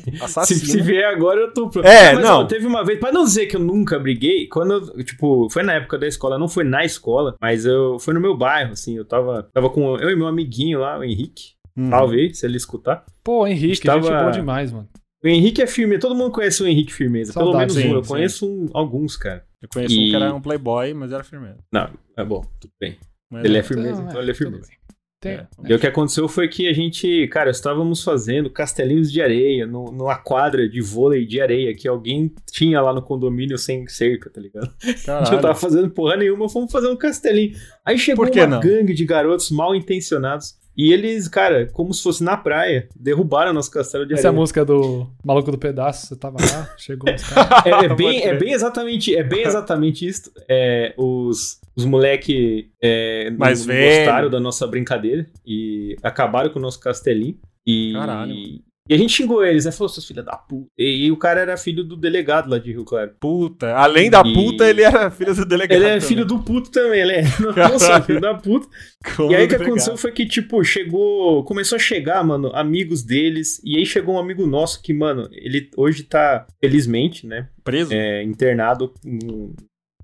Se,
assassino.
se vier agora, eu tô pronto.
Tá assim, né? É,
Mas,
não.
ó, teve uma vez, pra não dizer que eu nunca briguei, quando eu, tipo, foi na época da escola, não foi na escola, mas eu foi no meu bairro, assim, eu tava, tava com eu e meu amiguinho lá, o Henrique,
Uhum.
talvez, se ele escutar.
Pô, Henrique,
Estava-
gente boa demais, mano.
O Henrique é firme, todo mundo conhece o Henrique Firmeza, pelo menos
Saudades,
um,
sim,
eu
sim.
conheço um- alguns, cara.
Eu conheço um
E-
que era um playboy, mas era firmeza.
É bom, tudo bem.
Mas
Ele é
é-
firmeza,
Não,
então ele é
tudo
firmeza.
bem. Tem-
É.
E o que aconteceu foi que a gente, cara, estávamos fazendo castelinhos de areia no- numa quadra de vôlei de areia que alguém tinha lá no condomínio sem cerca, tá ligado? A [LAUGHS] gente
[LAUGHS] Caralho.
não tava fazendo porra nenhuma, fomos fazer um castelinho. Aí chegou
Por que
uma
não?
gangue de garotos mal intencionados. E eles, cara, como se fosse na praia, derrubaram nosso castelo de
Essa é a
areia.
música do Maluco do Pedaço. Você tava lá, chegou os
[LAUGHS]
caras.
[LAUGHS] É, é
Pode
bem, é
crer.
bem exatamente, é bem exatamente isso. É, os os moleque é, não-
Mais
não
velho.
gostaram da nossa brincadeira e acabaram com o nosso castelinho. E,
Caralho.
e a gente xingou eles, né? Falou, seus filhos da puta. E, e o cara era filho do delegado lá de Rio Claro.
Puta. Além da
E-
puta, ele era filho do delegado.
Ele é filho do puto também, ele é. [LAUGHS]
Caralho.
Nossa, filho da puta.
do
E aí o que aconteceu foi que, tipo, chegou. Começou a chegar, mano, amigos deles. E aí chegou um amigo nosso que, mano, ele hoje tá, felizmente, né?
Preso?
é, internado em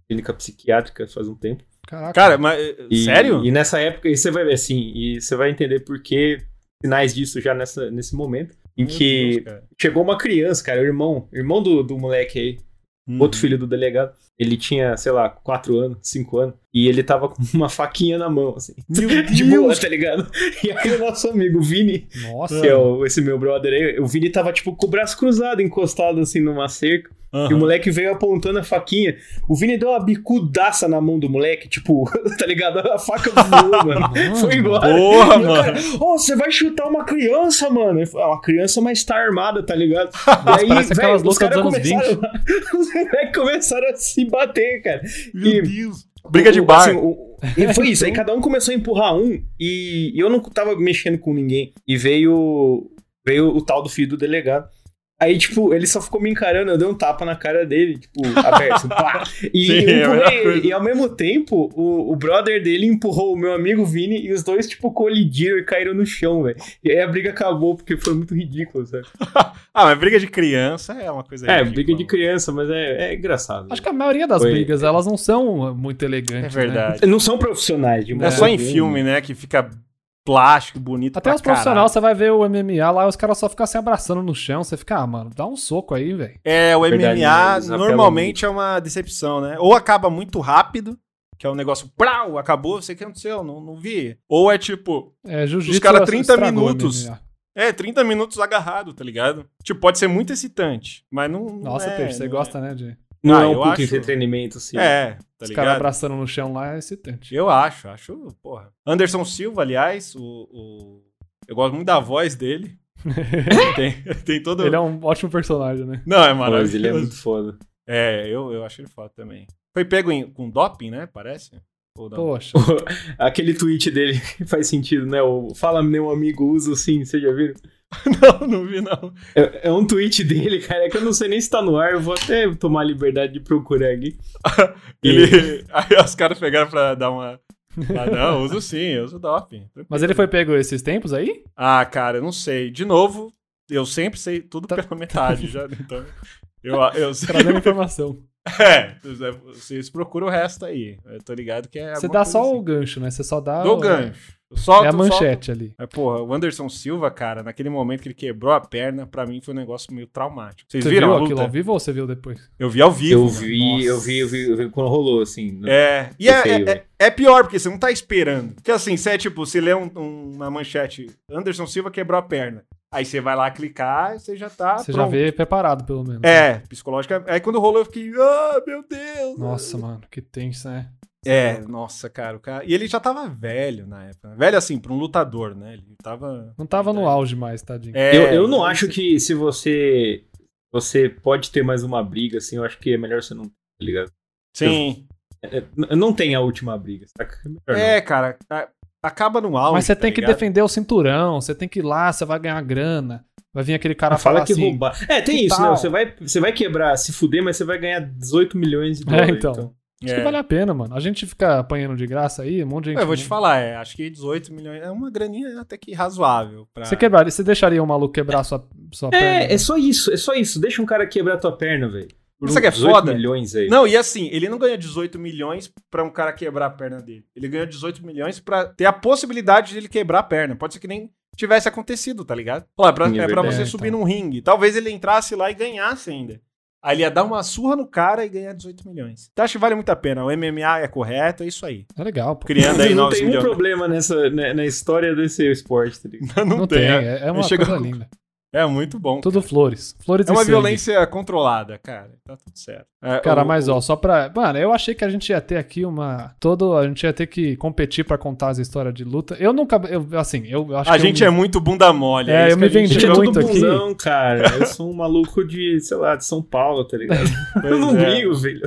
clínica psiquiátrica faz um tempo.
Caraca.
Cara, mas.
E-
sério?
E nessa época, e você vai ver assim, e você vai entender por que sinais disso já nessa, nesse momento. Em
Meu
que
Deus, cara.
chegou uma criança, cara, o irmão, irmão do, do moleque aí,
Hum.
outro filho do delegado. Ele tinha, sei lá, 4 anos, 5 anos, e ele tava com uma faquinha na mão, assim. [LAUGHS]
Meu
De boa,
Deus. Ah.
tá ligado? E aí o nosso amigo, o Vini,
Nossa.
que é o- esse meu brother aí, o Vini tava tipo com o braço cruzado, encostado assim numa cerca, e o
Aham.
moleque veio apontando a faquinha. O Vini deu uma bicudaça na mão do moleque, tipo, [LAUGHS] tá ligado? A faca voou, mano.
[LAUGHS] Mano.
Foi embora.
Porra,
[LAUGHS] E o cara,
mano.
Ô, você vai chutar uma criança, mano. Ele falou, "É uma criança, mas tá armada,
[LAUGHS]
tá ligado?
Nossa, parece aquelas loucas
os
dos
caras
anos 20.
começaram- [LAUGHS] Os moleques começaram a se bater, cara.
Meu
[LAUGHS] E-
Deus. Briga de
o-
bar.
assim, o- e foi isso, aí cada um começou a empurrar um e eu não tava mexendo com ninguém. E veio, veio o tal do filho do delegado. Aí, tipo, ele só ficou me encarando, eu dei um tapa na cara dele, tipo, aberto. pá. E,
Sim, é a
empurrei
melhor
ele.
coisa.
E ao mesmo tempo, o, o brother dele empurrou o meu amigo Vini e os dois, tipo, colidiram e caíram no chão, velho. E aí a briga acabou porque foi muito ridículo, sabe?
Ah, mas briga de criança é uma coisa.
É,
ridícula,
briga de
mano.
criança, mas é, é engraçado.
Acho que a maioria das
Foi.
brigas, elas não são muito
É
elegantes. né?
[LAUGHS]
verdade.
Não são profissionais de
É
modo
só em
algum.
filme, né? Que fica plástico, bonito.
Até
pra
os profissionais,
caralho.
você vai ver o MMA lá, os caras só ficam se abraçando no chão. Você fica, ah, mano, dá um soco aí, velho.
É, o MMA
Verdade, né? eles apelam
normalmente é uma decepção, né? Ou acaba muito rápido, que é um negócio, prau, acabou, sei o que aconteceu, não, não vi. Ou é tipo,
É, jiu-jitsu
Os cara
estragou
30
o MMA.
minutos. é, 30 minutos agarrado, tá ligado? Tipo, pode ser muito excitante, mas não. não
Nossa,
é,
Peixe, você
não
gosta, né, de
Não
Ah,
é um
eu
pouco
acho-
entretenimento, assim.
É, é tá
os caras
ligado?
abraçando no chão lá, é excitante.
Eu acho, acho, porra. Anderson Silva, aliás, o. o- Eu gosto muito da voz
[LAUGHS]
dele. tem, tem todo.
Ele é um ótimo personagem, né?
Não, é
Pô, Mas
maravilhoso.
ele é muito foda.
É, eu, eu acho ele foda também. Foi pego em- com doping, né? Parece? Ou não?
Poxa.
[LAUGHS] Aquele tweet dele faz sentido, né? O Fala meu amigo, usa sim, você já viu?
[LAUGHS] não, não vi, não.
É, é um tweet [LAUGHS] dele, cara. É que eu não sei nem se tá no ar. Eu vou até tomar a liberdade de procurar aqui.
[LAUGHS] Ele, [LAUGHS] aí os caras pegaram pra dar uma. Ah, não, uso sim, eu uso doping.
Mas ele foi pego esses tempos aí?
Ah, cara, eu não sei. De novo, eu sempre sei tudo
Tá.
pela metade
[LAUGHS]
já, então. Eu, eu sei.
Trazendo informação.
[LAUGHS] É, vocês procuram o resto aí. Eu tô ligado que é.
Você
alguma
dá
coisa
só
assim.
o gancho, né? Você só dá.
Dou
o-
gancho. Eu solto,
É a
solto.
manchete ali.
Mas, porra, o Anderson Silva, cara, naquele momento que ele quebrou a perna, pra mim foi um negócio meio traumático. Vocês
Você
viram
viu
a luta?
aquilo ao vivo ou você viu depois?
Eu vi ao vivo.
Eu
mano.
vi, eu vi, eu vi, eu vi quando rolou, assim. no-
É, e
Foi
é,
feio,
é-
velho.
é pior, porque você não tá esperando. Porque assim, você é tipo, você lê um- um- uma manchete, Anderson Silva quebrou a perna. Aí você vai lá clicar e você já tá.
você já
pronto.
vê preparado, pelo menos.
É, psicológica. Aí quando rolou, eu fiquei, ah, meu Deus.
Nossa, mano, que tenso, né?
É, nossa, cara, o cara. E ele já tava velho na época. Velho assim, pra um lutador, né? Ele tava.
Não tava no auge mais, tadinho.
É,
Eu, eu não acho que se você. Você pode ter mais uma briga, assim, eu acho que é melhor você não. Tá ligado?
Sim.
É, n- não tem a última briga, saca? É melhor não.
É, cara, a- acaba no auge.
Mas você
tá
tem que
ligado?
defender o cinturão, você tem que ir lá, você vai ganhar grana. Vai vir aquele cara
Ah, fala
falar
que
assim,
roubar. É, tem
que
isso, né?
tal?
Você vai, você vai quebrar, se fuder, mas você vai ganhar 18 milhões de dólares.
então. Acho
É.
que vale a pena, mano. A gente fica apanhando de graça aí, um monte de gente.
Eu vou te falar, é, acho que 18 milhões é uma graninha até que razoável. Pra...
Você quebraria, você deixaria um maluco quebrar sua, sua perna?
É, é só isso, é só isso. Deixa um cara quebrar tua perna, velho. Por
Sabe
uns
que é
18
foda?
milhões aí.
Não, e assim, ele não ganha 18 milhões pra um cara quebrar a perna dele. Ele ganha 18 milhões pra ter a possibilidade de ele quebrar a perna. Pode ser que nem tivesse acontecido, tá ligado? Olha, é pra,
Sim, é
é pra
verdade.
você
É,
subir
então.
num ringue. Talvez ele entrasse lá e ganhasse ainda. Aí ele ia dar uma surra no cara e ganhar 18 milhões. Então acho que vale muito a pena. O MMA é correto, é isso aí.
É legal, pô.
Criando aí
não
9
tem um
milhões. [LAUGHS]
problema nessa, né, na, na história desse esporte, tá ligado?
Não,
Não, tem,
é-
é, é uma
chegou-
coisa linda.
É muito bom.
Tudo flores. Flores
É
e
uma
sangue.
violência controlada, cara. Tá tudo certo. É,
Cara,
o-
mas ó, só pra. Mano, eu achei que a gente ia ter aqui uma. Todo. A gente ia ter que competir pra contar as histórias de luta. Eu nunca. Eu, assim, eu acho
A
que. eu
gente
me-
é muito bunda mole. isso
É, eu
que a
me
gente
vendi
[LAUGHS] chegou-
muito
tudo
aqui.
bundão, cara. Eu sou um maluco de, sei lá, de São Paulo, tá ligado?
[LAUGHS]
eu
Pois
não
é.
brigo, velho.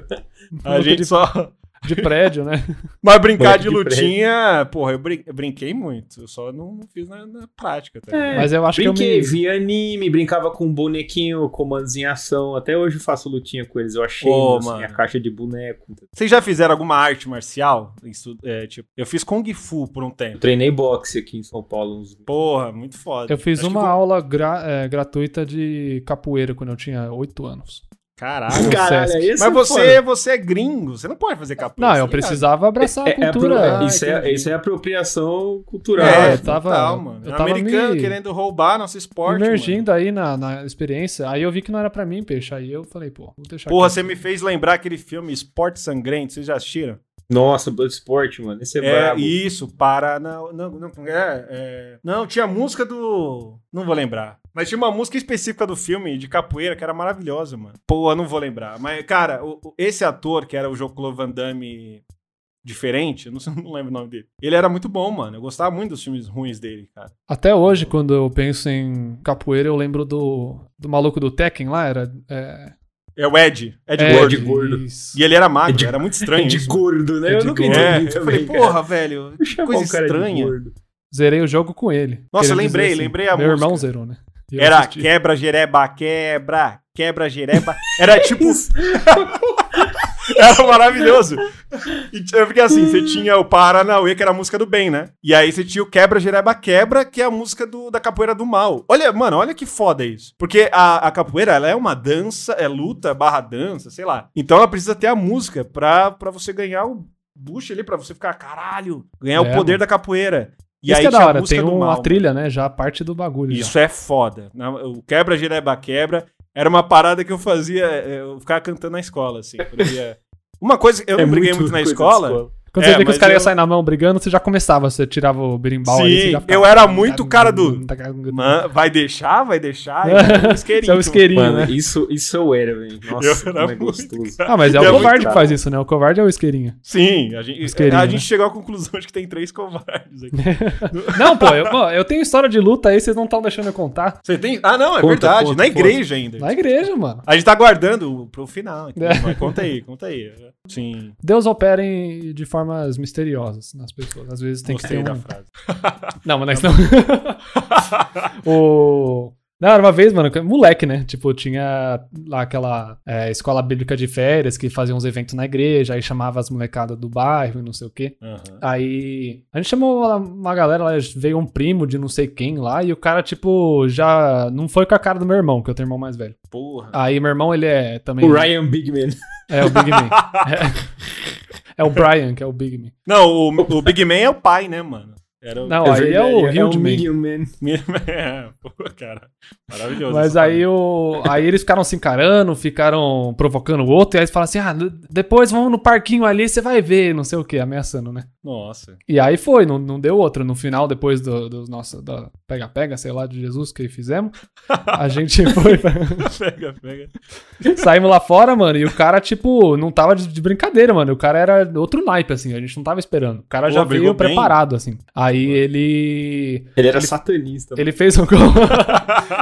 A gente só...
de
[LAUGHS]
prédio, né?
Mas brincar
Moleque
de
de
lutinha, porra, eu, brin- eu brinquei muito. Eu só não, não fiz na, na prática, tá ligado?
Mas eu acho que eu
Brinquei,
me.
vi anime, brincava com um bonequinho, comandos em ação. Até hoje eu faço lutinha com eles. Eu achei
Ô,
assim,
mano.
a caixa de boneco.
Vocês já fizeram alguma arte marcial? Isso, é, tipo, eu fiz Kung Fu por um
Eu
tempo.
treinei boxe aqui em São Paulo uns
Porra, muito foda.
Eu fiz
Acho que
uma
com-
aula gra- é, gratuita de capoeira quando eu tinha 8 anos. [LAUGHS]
Caralho.
Caralho,
Sesc.
é isso?
Mas você, você é gringo, você não pode fazer capoeira.
Não,
tá
eu
ligado?
precisava abraçar a
É, é apro-
cultura.
Ah,
isso, é,
entendi.
isso é apropriação
É,
cultural.
Ah,
é
eu
né?
tava-
total, mano.
eu tava
Americano
me-
querendo roubar nosso esporte, mano.
Emergindo aí na, na experiência. Aí eu vi que não era pra mim, peixe. Aí eu falei, pô, vou deixar.
Porra,
aqui.
você me fez lembrar aquele filme Esporte Sangrento, vocês já assistiram?
Nossa, Bloodsport, mano. Esse é,
É,
brabo.
isso, para. Não, não, não, como é, é, não, tinha música do. Não vou lembrar. Mas tinha uma música específica do filme de capoeira que era maravilhosa, mano. Pô, eu não vou lembrar. Mas, cara, o- o- esse ator, que era o Jean-Claude Van Damme diferente, eu não, sei- [LAUGHS] não lembro o nome dele. Ele era muito bom, mano. Eu gostava muito dos filmes ruins dele, cara.
Até hoje, quando eu penso em capoeira, eu lembro do, do maluco do Tekken lá. Era. É,
É o Ed. Ed
é,
Gordo.
Ed Gordo.
isso.
E ele era magro,
Ed-
era muito estranho.
de
isso, mano.
gordo, né?
É
Eu
de
nunca
gordo.
entendi.
É, eu falei,
também,
porra, velho, que
cara.
coisa
Chamar o cara de
estranha.
gordo.
Zerei o jogo com ele.
Nossa,
Querendo
eu lembrei,
dizer assim,
lembrei a
Meu
música.
irmão zerou, né? E eu
Era
assisti.
quebra, jereba, quebra, quebra, jereba. Era
[LAUGHS]
tipo. [LAUGHS] era maravilhoso. E t- eu fiquei assim: você tinha o Paranauê, que era a música do bem, né? E aí você tinha o quebra, jereba, quebra, que é a música do, da capoeira do mal. Olha, mano, olha que foda isso. Porque a, a capoeira, ela é uma dança, é luta barra dança, sei lá. Então ela precisa ter a música pra, pra você ganhar o boost ali, pra você ficar, caralho, ganhar
É,
o poder
mano.
da capoeira. E
Isso
aí
que é da
tinha a
hora,
música
tem
do
uma
mal, mano.
trilha, né? Já a parte do bagulho. já.
Isso é foda. Na- O quebra gireba quebra era uma parada que eu fazia, eh, eu ficava cantando na escola, assim. quando eu ia- Uma coisa, eu não briguei muito na
É coisa de
escola.
Quando
É,
você vê que
mas
os caras
eu-
iam sair na mão brigando, você já começava, você tirava o berimbau
Sim,
ali, você já
eu era muito cara do-
tá Você [LAUGHS]
Man, vai deixar, vai deixar. E era um isqueirinho.
é o isqueirinho,
Mano,
né?
isso, isso eu era, velho.
[LAUGHS]
Nossa,
Eu era
como é
muito
gostoso.
[LAUGHS]
Ah, mas é
É
o
muito
covarde que
caro.
faz isso, né? O covarde é o isqueirinho.
Sim, a gente, é,
Isqueirinho,
a
né?
gente chegou à conclusão de que tem três covardes aqui.
Não, pô, eu, pô, eu tenho história de luta aí, vocês não estão deixando eu contar.
Você tem? Ah, não, é
Conta,
verdade.
conta,
na igreja ainda.
Na igreja, mano.
A gente tá aguardando pro final. Então,
É.
mas conta aí, conta aí. Sim.
Deus opera em- de formas misteriosas nas pessoas. Às vezes tem
Gostei
que ter
da
um...
frase.
Não, mas não. [LAUGHS] o... Não, era uma vez, mano, que- moleque, né? Tipo, tinha lá aquela é, escola bíblica de férias que fazia uns eventos na igreja, aí chamava as molecadas do bairro e não sei o quê.
Aham.
Aí a gente chamou lá uma galera, lá, veio um primo de não sei quem lá, e o cara, tipo, já não foi com a cara do meu irmão, que eu tenho irmão mais velho.
Porra.
Aí meu irmão, ele é também.
O Ryan Bigman.
É o Big Man. É, é o Brian, que é o Big Man.
Não, o, o Big Man é o pai, né, mano? Era o...
Não, aí é o
verdade, um
Huge Man.
Medium Man.
É, [LAUGHS] pô, cara. Maravilhoso.
Mas
essa
aí, o, aí eles ficaram se encarando, ficaram provocando o outro, e aí eles falaram assim: ah, depois vamos no parquinho ali, você vai ver, não sei o que, ameaçando, né?
frase. Nossa. [LAUGHS]
E aí foi, não, não deu outra. No final, depois do, dos nossos- da pega-pega, sei lá, de Jesus que fizemos,
[LAUGHS]
a gente foi. [LAUGHS] pra-
pega, pega.
Saímos lá fora, mano, e o cara, tipo, não tava de, de brincadeira, mano. O cara era outro naipe, assim, a gente não tava esperando. O cara
Pô,
já
brigou
veio
bem.
preparado, assim. Aí ele.
Ele era satanista.
Ele fez um. [LAUGHS]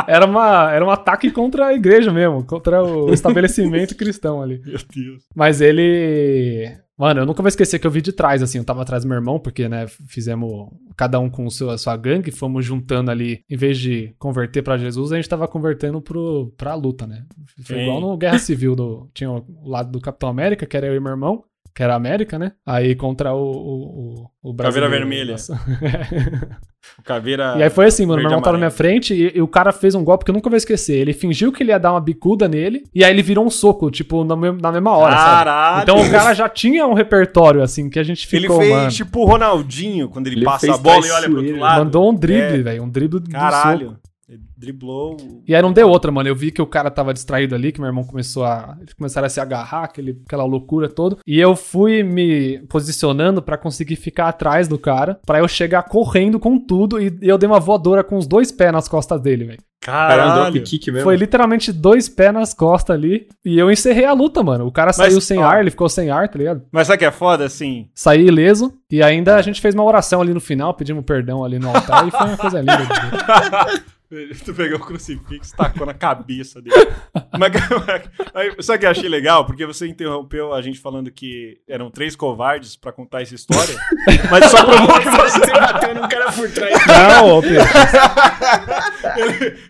era, uma, era um ataque contra a igreja mesmo,
[LAUGHS]
contra o estabelecimento cristão ali.
Meu Deus.
Mas ele. Mano, eu nunca vou esquecer que eu vi de trás, assim. Eu tava atrás do meu irmão, porque, né, fizemos cada um com o seu, a sua gangue, fomos juntando ali. Em vez de converter pra Jesus, a gente tava convertendo pro, pra luta, né? Foi
Sim.
igual no Guerra Civil. Do, tinha o lado do Capitão América, que era eu e meu irmão, que era a América, né? Aí contra o. o, o, o
Caveira
brasileiro.
Vermelha.
Nossa.
O caveira.
E aí foi assim, mano.
Ah, Verde
Meu irmão tá
amarelo.
na minha frente e, e o cara fez um golpe que eu nunca vou esquecer. Ele fingiu que ele ia dar uma bicuda nele e aí ele virou um soco, tipo, na, me- na mesma hora, sabe?
Caralho.
Então o cara já tinha um repertório, assim, que a gente
Ele
ficou,
fez
mano.
tipo o Ronaldinho, quando ele,
Ele
passa
fez
a bola e olha pro outro
traiçoeira.
lado.
Mandou um drible,
É.
velho. Um drible do soco.
Caralho. Ele driblou. o-
E aí não deu outra, mano. Eu vi que o cara tava distraído ali, que meu irmão começou a. Eles começaram a se agarrar, aquele, aquela loucura toda. E eu fui me posicionando pra conseguir ficar atrás do cara, pra eu chegar correndo com tudo. E eu dei uma voadora com os dois pés nas costas dele, velho.
Era um
Caralho.
dropkick mesmo.
Foi literalmente dois pés nas costas ali. E eu encerrei a luta, mano. O cara saiu sem
ó.
ar, ele ficou sem ar, tá ligado?
Mas sabe o que é foda, assim?
Saí ileso. E ainda a gente fez uma oração ali no final, pedimos perdão ali no altar. e foi uma coisa
[LAUGHS]
linda. de ver.
tu pegou o crucifixo, tacou [LAUGHS] na cabeça dele. Mas, [LAUGHS] mas- sabe o que eu achei legal? Porque você interrompeu a gente falando que eram três covardes pra contar essa
[LAUGHS]
história. mas só provou que você. [LAUGHS]
[LAUGHS] Você bateu num cara por trás.
Não, ô Pedro.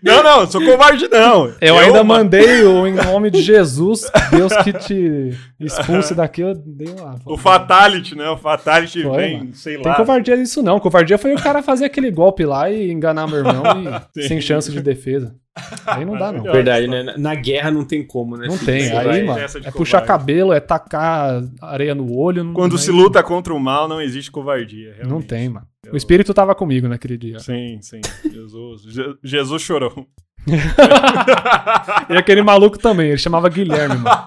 Não, não, sou covarde, não.
Eu, ainda
mano,
mandei o em nome de Jesus, Deus que
[LAUGHS]
te expulse daqui, eu dei uma.
O Fatality, né? O Fatality
Foi,
vem,
mano.
sei
Tem
lá.
covardia nisso, não. Covardia foi o cara fazer aquele golpe lá e enganar meu irmão e
[LAUGHS] Sim.
sem chance de defesa. Aí não dá, não.
Maravilhoso.
Verdade, né? Na- Na guerra não tem como, né?
Não
filho?
tem.
Você
Sim,
Aí,
vai-
mano,
essa de
é puxar
covarde.
cabelo, é tacar areia no olho. não- é
Quando
não-
se luta contra o mal, não existe covardia. Realmente.
Não tem, mano. O espírito tava comigo naquele dia.
Sim, sim. Jesus, Je- Jesus chorou.
E aquele maluco também, ele chamava Guilherme,
[LAUGHS]
mano.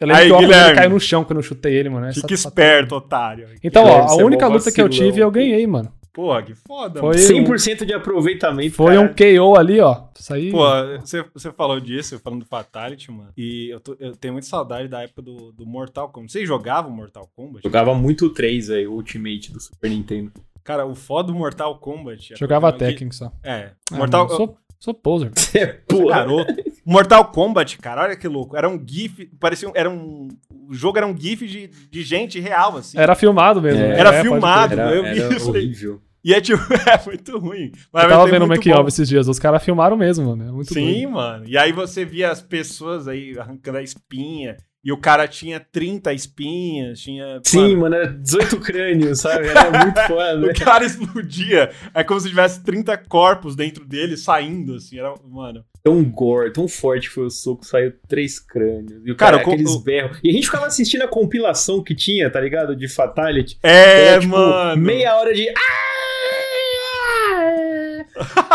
Eu lembro
Aí,
que o óculos dele
Guilherme.
caiu no chão quando eu chutei ele, mano. Essa- é tá-
Fica esperto, otário.
Então, ó, a
Guilherme, você é
única
mó
luta que eu
vacilão.
tive eu ganhei, mano.
Porra, que foda,
Foi- um-
mano.
100% de aproveitamento.
Foi
cara.
um KO ali, ó. Isso aí.
Pô, você, você falou disso, falando do Fatality, mano. E eu, tô- eu tenho muita saudade da época do, do Mortal Kombat. Vocês jogavam Mortal Kombat?
Jogava muito o 3 aí, o Ultimate do Super Nintendo.
Cara, o foda do Mortal Kombat. é
Jogava
porque-
Tekken só.
É.
Ah,
Mortal,
mano, sou, sou poser.
Você é porra.
Garoto. Mortal Kombat, cara, olha que louco. Era um GIF, parecia um. Era um o jogo era um GIF de, de gente real, assim.
Era filmado mesmo.
É.
né?
Era
pode crer.
filmado.
Era,
eu vi
era
isso aí.
horrível.
E é tipo, [LAUGHS] é muito ruim. Mas
Eu
ao
tava
mesmo
vendo o
tempo é
making
muito
of esses dias. Os caras filmaram mesmo, mano. É
bom.
muito
Sim,
doido.
mano. E aí você via as pessoas aí arrancando a espinha. E o cara tinha 30 espinhas, tinha.
Sim, mano, era 18 crânios, sabe? Era muito [LAUGHS] foda.
Mano, o cara explodia. É como se tivesse 30 corpos dentro dele saindo, assim. Era, mano.
tão gore, tão forte foi o soco, saiu três crânios. E o
Cara,
cara,
com-
aqueles
o-
berros. E a gente ficava assistindo a compilação que tinha, tá ligado? De Fatality.
É,
Era, tipo,
mano.
Meia hora de. Ah,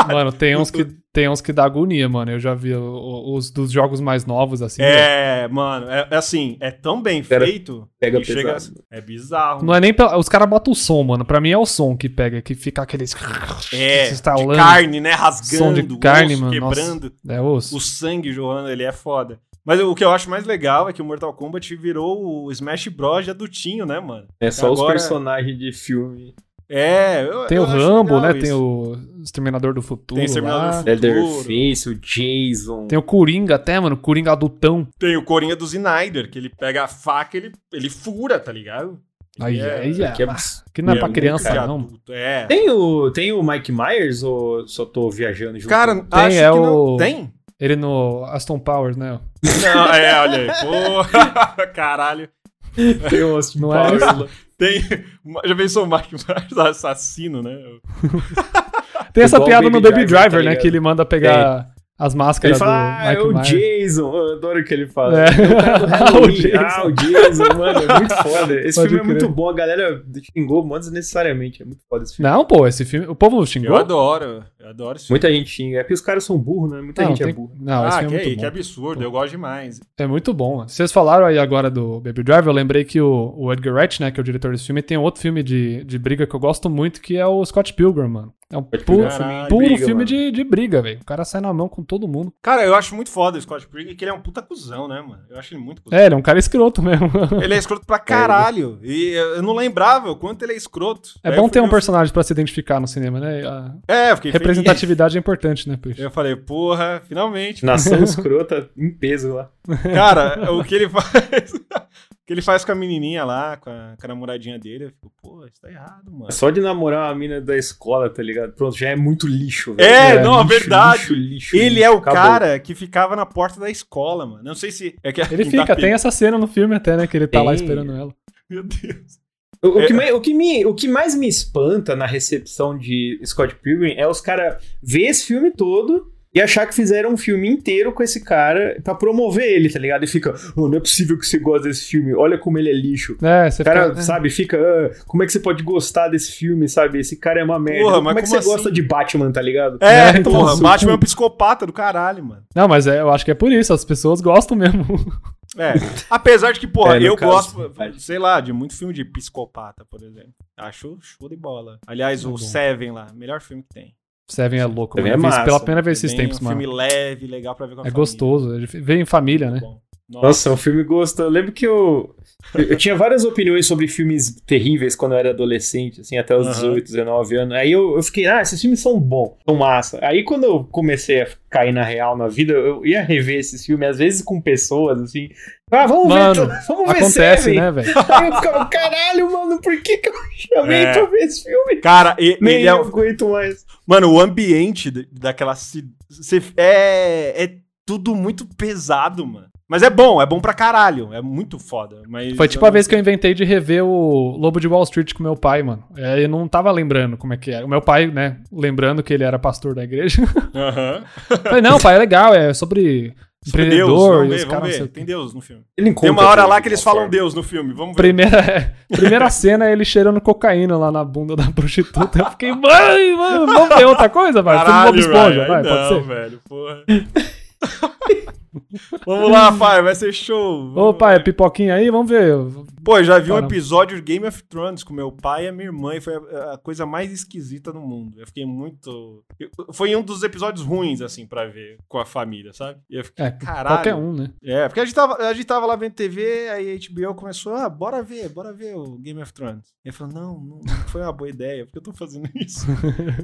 Mano, tem uns, que, tem uns que dá agonia, mano. Eu já vi o- o- os dos jogos mais novos, assim.
É, mano, é, é assim, é tão bem
Cara,
feito.
pega
que chega-
pesado.
É bizarro.
Não é nem pela- Os caras botam o som, mano. Pra mim é o som que pega, que fica
É,
aqueles. [LAUGHS] se
de
estalando.
carne, né? Rasgando,
Som de
osso
carne, mano,
quebrando,
É osso.
o sangue jorrando, ele é foda. Mas o que eu acho mais legal é que o Mortal Kombat virou o Smash Bros. de adultinho, né, mano?
É só os
Agora-
personagens de filme.
É, eu,
Tem
eu
o
acho
Rambo, né?
legal
Tem
isso.
o Exterminador do Futuro.
Tem Exterminador
lá.
do
Leatherface, o Jason.
Tem o Coringa até, mano. Coringa adultão.
Tem o Coringa do Snyder, que ele pega a faca, ele, ele fura, tá ligado? Ele
Aí,
é-
aí, é.
que é-
Que não é,
ele
pra
muito
criança,
de
não.
adulto, É.
Tem o, tem o Mike Myers ou só tô viajando junto?
Cara,
Tem,
acho
é
que não.
o-
Tem?
Ele no Aston Powers, né?
Não, é, olha aí. Porra, [LAUGHS] caralho.
tem o Austin
Não é
Powers.
Tem. [LAUGHS] Já pensou o Mike Myers assassino, né?
Tem essa
Igual
piada
Baby
no Baby
Driver,
Driver,
tá
né?
ligado?
Que ele manda pegar as
Ele
máscaras
fala, ah, é
do
o
Michael Myers.
Jason. Eu adoro o que ele fala.
É.
É. o
[LAUGHS]
cara do
Ah, o
Halloween.
Jason.
Ah, o Jason, mano, é muito foda. Esse
Pode
filme é
crer.
muito bom, a galera xingou mó desnecessariamente. É muito foda esse filme.
Não, pô, esse filme. O povo
Eu
xingou?
adoro, eu adoro esse filme.
Muita gente xinga. É porque os caras são burros, né? Muita
não,
gente é
tem-
burra.
não, esse
ah, que,
filme é
aí,
muito
que
bom.
absurdo, eu gosto demais.
É muito bom. mano. Vocês falaram aí agora do Baby Driver, eu lembrei que o, o Edgar Wright, né, que é o diretor desse filme, tem outro filme de, de briga que eu gosto muito, que é o Scott Pilgrim, mano. É um
Scott
puro,
Pilgrim é um
filme de
puro
briga,
filme
mano.
de, de briga, velho. O cara sai na mão com todo mundo.
Cara, eu acho muito foda o Scott Pilgrim, que ele é um puta cuzão, né, mano? Eu acho ele muito cuzão.
É, ele é um cara escroto mesmo.
Ele é escroto
[LAUGHS]
pra caralho. E eu eu não lembrava o quanto ele é escroto.
É
Aí eu
bom
fui
ter um
ver o-
personagem pra se identificar no cinema, né? A
É, eu fiquei feliz.
representatividade é importante, né, Peixe?
Eu falei, porra, finalmente.
[LAUGHS]
Nação escrota em peso lá.
Cara, [LAUGHS] o que ele faz. [LAUGHS] o que ele faz com a menininha lá, com a, com a namoradinha dele, eu fico, pô, isso tá errado, mano.
Só de namorar uma mina da escola, tá ligado? Pronto, já é muito lixo, velho.
É,
É,
não, a
Lixo,
verdade.
lixo, lixo,
Ele
lixo.
é o
Acabou.
cara que ficava na porta da escola, mano. Não sei se. É que [LAUGHS]
Ele fica, tem essa cena no filme até, né? Que ele tá lá
Tem.
esperando ela.
Meu Deus.
O, o
É.
que, mais, o, que me, o que mais me espanta na recepção de Scott Pilgrim é os caras ver esse filme todo e achar que fizeram um filme inteiro com esse cara pra promover ele, tá ligado? E fica, "Oh, não é possível que você goste desse filme, olha como ele é lixo.
É, você
O cara,
fica- é.
sabe, fica, "Ah, como é que você pode gostar desse filme, sabe? Esse cara é uma merda.
Porra,
como
mas
é que
como
você gosta
assim?
de Batman, tá ligado?
É,
então,
porra,
assim,
Batman é um
pô.
psicopata do caralho, mano.
Não, mas é, eu acho que é por isso, as pessoas gostam mesmo. [LAUGHS]
É. [LAUGHS] Apesar de que, porra,
É, no
eu
caso,
gosto,
verdade.
sei lá, de muito filme de psicopata, por exemplo. Acho show de bola. Aliás,
Tá
o
É
bom.
Seven lá, melhor filme que tem.
Seven é louco,
Seven
mano. Eu
é
fiz
massa.
pela primeira vez esses
Também
tempos,
um
mano.
filme leve, legal pra ver com a
É
família.
gostoso. ele Vem em família, né?
Muito bom. Nossa,
Nossa, é um filme gostoso. Eu lembro que eu. Eu eu tinha várias opiniões sobre filmes terríveis quando eu era adolescente, assim, até os
Aham.
18, 19 anos. Aí eu, eu fiquei, ah, esses filmes são bons, são massa. Aí quando eu comecei a cair na real na vida, eu ia rever esses filmes, às vezes com pessoas, assim. Ah, vamos
Mano,
ver, então, vamos ver
Acontece,
Seven."
né, velho?
[LAUGHS] Aí eu ficava, caralho, mano, por que, que eu [LAUGHS] chamei
É.
pra ver esse filme?
Cara, e-
Nem
ele é,
eu
um-
aguento mais.
mano, o ambiente de- daquela ci- ci- é é tudo muito pesado, mano. Mas é bom, é bom pra caralho, é muito foda. Mas
Foi tipo a vez que eu inventei de rever o Lobo de Wall Street com meu pai, mano. É, Eu não tava lembrando como é que era. O meu pai, né, lembrando que ele era pastor da igreja. [LAUGHS]
Aham.
Falei, não, pai, é legal, é sobre
Sobre Deus,
empreendedor
vamos
e
ver,
os
vamos
caras. não sei
ver.
o quê.
Tem Deus no filme.
Ele
Tem uma
encontra
hora lá
Deus
que
de
eles
uma
falam
forma.
Deus no filme, vamos ver.
Primeira, [LAUGHS] primeira cena é ele cheirando cocaína lá na bunda da prostituta. Eu fiquei, mãe, mano, vamos ver outra coisa, vai. Filme Bob Esponja,
velho,
vai,
aí
pode
não,
ser.
velho, porra. [LAUGHS] vamos lá, pai, vai ser show.
Ô,
Vamos-
pai, é pipoquinha aí, vamos ver.
Pô, eu já vi um
Caramba.
episódio de Game of Thrones com meu pai e a minha irmã e foi a, a coisa mais esquisita do mundo. Eu fiquei muito. eu- foi um dos episódios ruins, assim, pra ver com a família, sabe? E eu fiquei,
É,
caralho.
qualquer um, né?
É, porque a gente, tava, a gente tava lá vendo TV, aí a HBO começou, ah, bora ver, bora ver o Game of Thrones. E eu falei, não, não, não foi uma boa ideia, porque eu tô fazendo [LAUGHS] isso.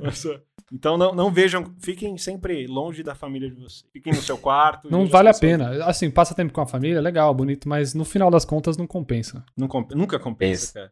Nossa. então não, não vejam, fiquem sempre longe da família de vocês. Fiquem no seu quarto.
Não
vejam
vale a
só-
pena. Assim, passa tempo com a família, legal, bonito, mas no final das contas não compensa.
Não comp- nunca compensa,
Pensa.
cara.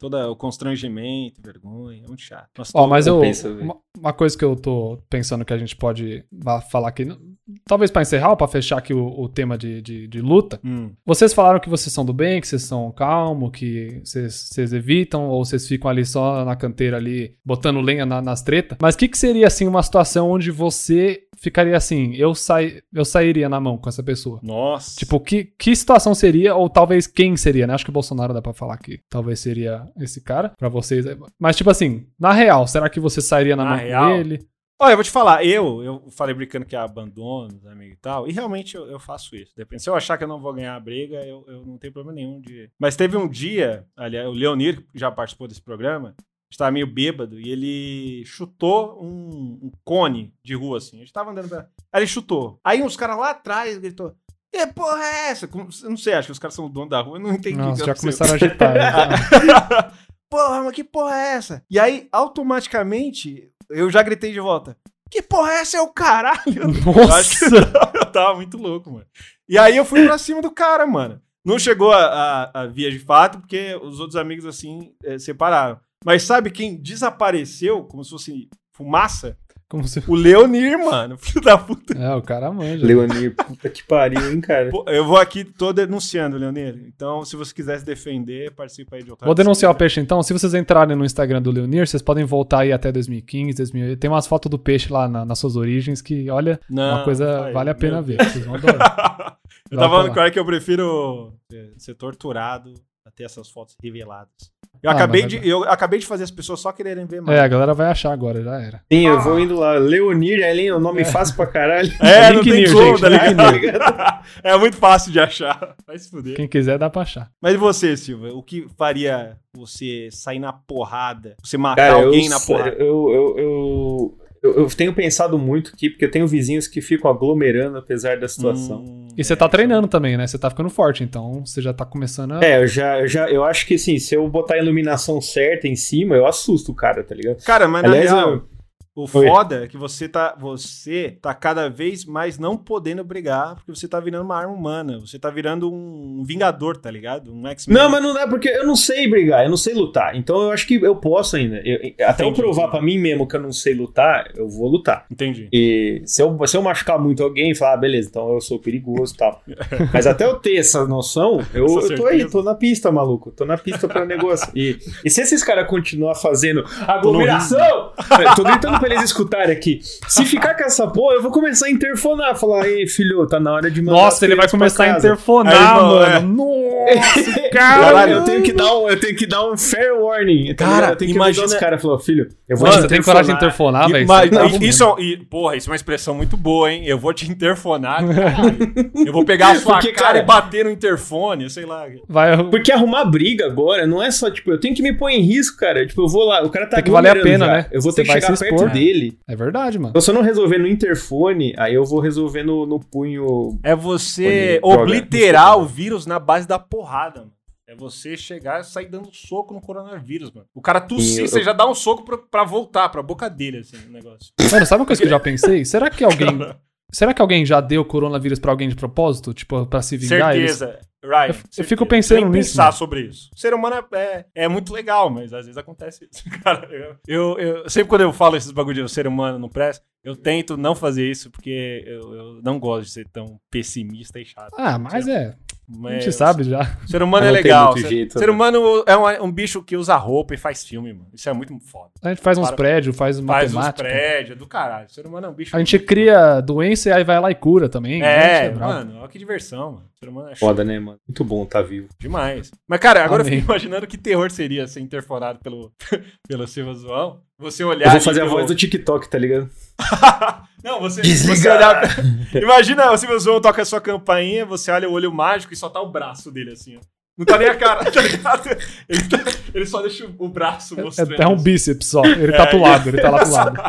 Todo o constrangimento, vergonha, é muito chato. Nossa,
Ó,
todo-
mas eu.
compensa, velho.
uma, uma coisa que eu tô pensando que a gente pode va- falar aqui, n- talvez pra encerrar ou pra fechar aqui o, o tema de, de, de luta.
Hum.
Vocês falaram que vocês são do bem, que vocês são calmo, que vocês vocês evitam ou vocês ficam ali só na canteira ali botando lenha na- nas tretas. Mas o que, que seria assim uma situação onde você ficaria assim, eu, sai, eu sairia na mão com essa pessoa?
Nossa.
Tipo, que, que situação seria, ou talvez quem seria, né? Acho que o Bolsonaro dá pra falar que talvez seria esse cara pra vocês. Mas, tipo assim, na real, será que você sairia na,
Na
mão
real?
com ele?
Olha, eu vou te falar, eu, eu falei brincando que é abandono, dos amigos e tal, e realmente eu, eu faço isso. Depende. Se eu achar que eu não vou ganhar a briga, eu, eu não tenho problema nenhum de. Mas teve um dia, aliás, o Leonir que já participou desse programa, estava meio bêbado, e ele chutou um, um cone de rua, assim. A gente tava andando pra. Aí ele chutou. Aí uns caras lá atrás gritou: Que porra é essa? Como- eu não sei, acho que os caras são o dono da rua, eu não entendi. o que
Nossa, já
[LAUGHS] aconteceu.
começaram a agitar. né?
Ah. [LAUGHS] porra, mas que porra é essa? E aí, automaticamente, eu já gritei de volta. Que porra é essa, é o caralho? Eu acho que
Nossa!
[LAUGHS] eu tava muito louco, mano. E aí eu fui pra cima do cara, mano. Não chegou a, a- a via de fato, porque os outros amigos, assim, eh, separaram. Mas sabe quem desapareceu, como se fosse fumaça?
Como se...
O Leonir, mano. [LAUGHS] Filho da puta.
É, o cara manja.
Leonir, puta que pariu, hein, cara.
Pô, Eu vou aqui, tô denunciando, Leonir. Então, se você quiser se defender, participa aí de outra
Vou denunciar o
discussão.
peixe então. Se vocês entrarem no Instagram do Leonir, vocês podem voltar aí até 2015, 2008. Tem umas fotos do peixe lá na- nas suas origens que, olha,
Não,
uma coisa
vai,
vale a
Ah, meu
pena
Deus.
ver. Vocês vão adorar.
[LAUGHS] eu tava
Vai pra
falando
lá.
com ela que eu prefiro eh, ser torturado a ter essas fotos reveladas. Eu,
Ah,
acabei
mas
de,
agora-
eu acabei de fazer as pessoas só quererem ver mais.
É, a galera vai achar agora, já era.
Sim, eu vou indo lá. Leonir, Ellen, é um nome fácil
[LAUGHS]
pra caralho.
É, não
Link
tem
Near,
como,
gente,
tá
Link
ligado? [LAUGHS] É muito fácil de achar. Vai se fuder.
Quem quiser dá pra achar.
Mas e você, Silva? O que faria você sair na porrada? Você matar
Cara,
alguém
eu,
na porrada?
Eu, eu, eu, eu- eu tenho pensado muito aqui, porque eu tenho vizinhos que ficam aglomerando apesar da situação.
Hum,
E você tá
é,
treinando também, né? Você tá ficando forte, então você já tá começando
Hum.
a.
É, eu já, eu já eu acho que assim, se eu botar a iluminação certa em cima, eu assusto o cara, tá ligado?
Cara, mas
Aliás,
na real,
eu-
o foda é que você tá, você tá cada vez mais não podendo brigar, porque você tá virando uma arma humana. Você tá virando um vingador, tá ligado? Um X-Men.
Não, mas não dá porque eu não sei brigar, eu não sei lutar. Então eu acho que eu posso ainda. Eu- até eu
Entendi.
provar pra mim mesmo que eu não sei lutar, eu vou lutar.
Entendi.
E se eu, se eu machucar muito alguém, falar, ah, beleza, então eu sou perigoso e
[LAUGHS]
tal. Mas até eu ter essa noção, eu,
Essa
eu tô aí,
certeza.
tô na pista, maluco. Tô na pista pra negócio. E, e se esses caras continuar fazendo aglomeração, É, [LAUGHS] tô gritando pra eles escutarem aqui. Se ficar com essa porra, eu vou começar a interfonar, falar, ei, filho, tá na hora de mandar. as
Nossa, ele vai
crianças pra
começar a
casa."
interfonar,
Aí, mano, é. [LAUGHS]
mano. Nossa,
Caralho, eu
cara.
tenho que dar um, eu tenho que dar um fair warning. tá
Cara,
ligado? eu tenho que
imagina-
avisar os caras, falou, filho, eu vou
Mano,
te
você tem coragem de interfonar,
E-
velho?
mas-
Você tá
e-
fudendo.
isso é, um- e, porra, isso é uma expressão muito boa, hein? Eu vou te
[LAUGHS]
interfonar, caralho. Eu vou pegar a sua
Porque,
cara
cara-
e bater no interfone, sei lá.
[LAUGHS] Vai,
Porque arrumar briga agora não é só, tipo, eu tenho que me pôr em risco, cara. Tipo, eu vou lá, o cara tá
Tem que valer a
aglomerando
pena,
já.
né?
Eu vou
Você
ter que
vai
chegar
se
perto
expor.
dele.
É verdade, mano.
Então, se eu não resolver no interfone, aí eu vou resolver no, no punho.
É você
Olha, droga,
obliterar
desculpa.
o vírus na base da porrada, mano. É você chegar e sair dando soco no coronavírus, mano. O cara
Sim,
tossir,
eu-
você já dá um soco pra, pra voltar, pra boca dele, assim, o negócio.
Mano, sabe uma coisa que eu já pensei? Será
[LAUGHS]
que alguém. Será que alguém já deu coronavírus pra alguém de propósito? Tipo, pra se vingar? Eles-
Certeza. Ryan,
Eu- eu
certeza.
fico pensando
Tem que
nisso, né?
pensar
mano.
sobre isso. O ser humano é, é, é muito legal, mas às vezes acontece isso. [LAUGHS] Cara, eu, eu, eu- sempre quando eu falo esses bagulho de o ser humano não presta, eu tento não fazer isso porque eu, eu não gosto de ser tão pessimista e chato.
Ah, mas é. A
Mas
gente sabe já.
o Ser humano é
Não tem
legal.
muito
Ser,
jeito,
ser
né?
humano é um, um bicho que usa roupa e faz filme, mano. Isso é muito foda.
A gente faz uns
Para-
prédios, faz
Faz
matemática.
uns prédios, do caralho. O ser humano é um bicho.
A gente cria doença e aí vai lá e cura também.
É,
né? brabo.
mano, olha que diversão, mano. O ser humano é
Foda, né, mano? Muito bom tá vivo.
Demais. Mas, cara, agora eu
Amém.
fico imaginando que terror seria ser interforado pelo, [LAUGHS] pelo Silva Zoão. Você olhar.
Eu vou
ali
fazer a
pro-
voz do TikTok, tá ligado?
Não, você,
Desliga!
você olhar. [LAUGHS] Imagina, o Silva Zoão toca a sua campainha, você olha o olho mágico e só tá o braço dele assim, ó. Não tá nem a cara, [LAUGHS] tá ligado? Ele, tá- ele só deixa o braço mostrando.
É, é um bíceps só. Ele
É,
tá pro lado, ele
[LAUGHS]
tá lá pro lado.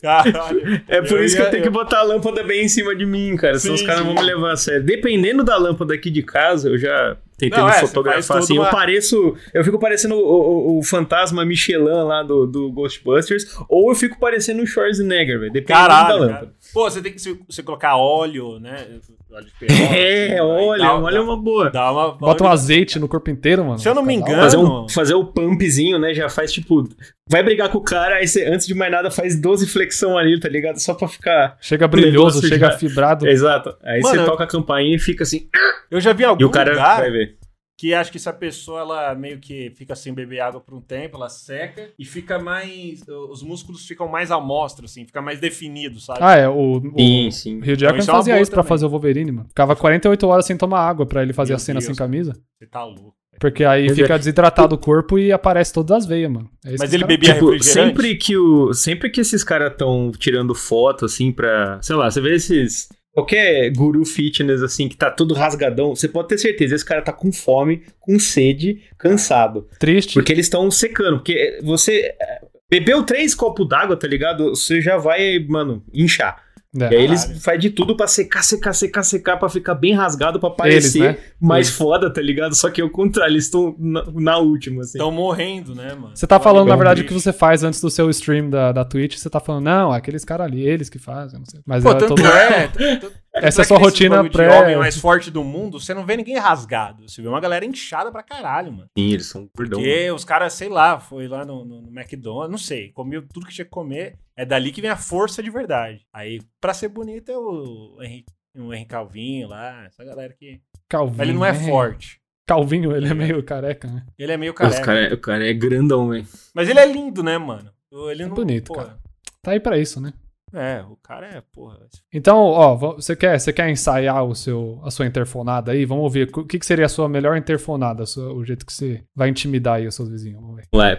Caralho.
É por isso que eu
ia-
tenho que botar a lâmpada bem em cima de mim, cara. Senão
Sim,
os caras não vão
sim.
me levar a sério. Dependendo da lâmpada aqui de casa, eu já tentei
Não,
me
é, você faz
fotografar assim.
toda uma-
Eu pareço. Eu fico parecendo o, o- o fantasma Michelin lá do, do Ghostbusters, ou eu fico parecendo o Schwarzenegger, velho. Dependendo da
Caralho.
lâmpada.
cara. Pô, você tem que se- você colocar óleo, né? Óleo de peró, assim,
[LAUGHS] É,
aí
olha,
dá-
olha
dá-
uma boa.
Dá uma.
Bota um azeite no corpo inteiro, mano.
Se eu não me
Fica da hora.
engano-
Fazer
Mano.
um, fazer um pumpzinho, né? Já faz tipo. Vai brigar com o cara, aí você, antes de mais nada, faz 12 flexão ali, tá ligado? Só pra ficar.
Chega brilhoso,
Negócio
chega
né?
já-
fibrado.
É.
Exato. Aí
Mano,
você
eu-
toca a campainha e fica assim.
Eu já vi em algum
E o cara
lugar.
vai ver.
que acho que se a pessoa ela meio que fica sem beber água por um tempo, ela seca e fica mais. Os músculos ficam mais à mostra, assim, fica mais definido, sabe?
Ah, é. O, o
Sim, sim.
Rio
Então
Jackman
isso é uma
fazia
boa
isso pra
também.
fazer o Wolverine, mano. Ficava 48 horas sem tomar água pra ele fazer
Meu
a cena
Deus,
sem
cara.
camisa.
Você tá louco.
Porque aí
Mas é-
fica desidratado o corpo e aparece todas as veias, mano. É isso
Mas
que
ele
os caras-
bebia
Tipo,
refrigerante.
sempre que, o, sempre que esses caras estão tirando foto, assim, pra. Sei lá, você vê esses. Qualquer guru fitness, assim, que tá todo rasgadão, você pode ter certeza, esse cara tá com fome, com sede, cansado.
Triste.
Porque eles estão secando. Porque eh, você é, bebeu três copos d'água, tá ligado? Você já vai, mano, inchar.
É.
E aí eles
Caralho.
fazem de tudo pra secar, secar, secar, secar, pra ficar bem rasgado, pra parecer
né?
mais
Eles.
foda, tá ligado? Só que é o contrário, eles estão na, na última, assim.
Estão morrendo, né, mano?
Você tá falando, na
Bom,
verdade, o que
triste.
você faz antes do seu stream da, da Twitch, você tá falando, não, aqueles caras ali, eles que fazem, não sei. Mas
Pô,
eu tô-
tanto
[LAUGHS]
é. tanto-
Essa é
tanto
a sua
que nesse
rotina
bagulho de
pré-
homem mais forte do mundo, você não vê ninguém rasgado. Você vê uma galera inchada pra caralho, mano.
Sim, eles são gordão.
Porque os caras, sei lá, foi lá no, no- no McDonald's, não sei, comeu tudo que tinha que comer. É dali que vem a força de verdade. Aí, pra ser bonito, é o Henrique, o Henrique Calvinho lá, essa galera que.
Calvinho.
Mas ele não é
né?
forte.
Calvinho, ele é meio careca, né?
Ele é meio
Os
careca.
cara, o cara é grandão, velho.
Mas ele é lindo, né, mano? Ele
É
não,
bonito,
porra.
Tá aí pra isso, né?
É, o cara é, porra.
Então, ó, vo- você quer, você quer ensaiar o seu, a sua interfonada aí? Vamos ver. O que, que seria a sua melhor interfonada? a sua- o jeito que você vai intimidar aí os seus vizinhos. Vamos ver.
Lá.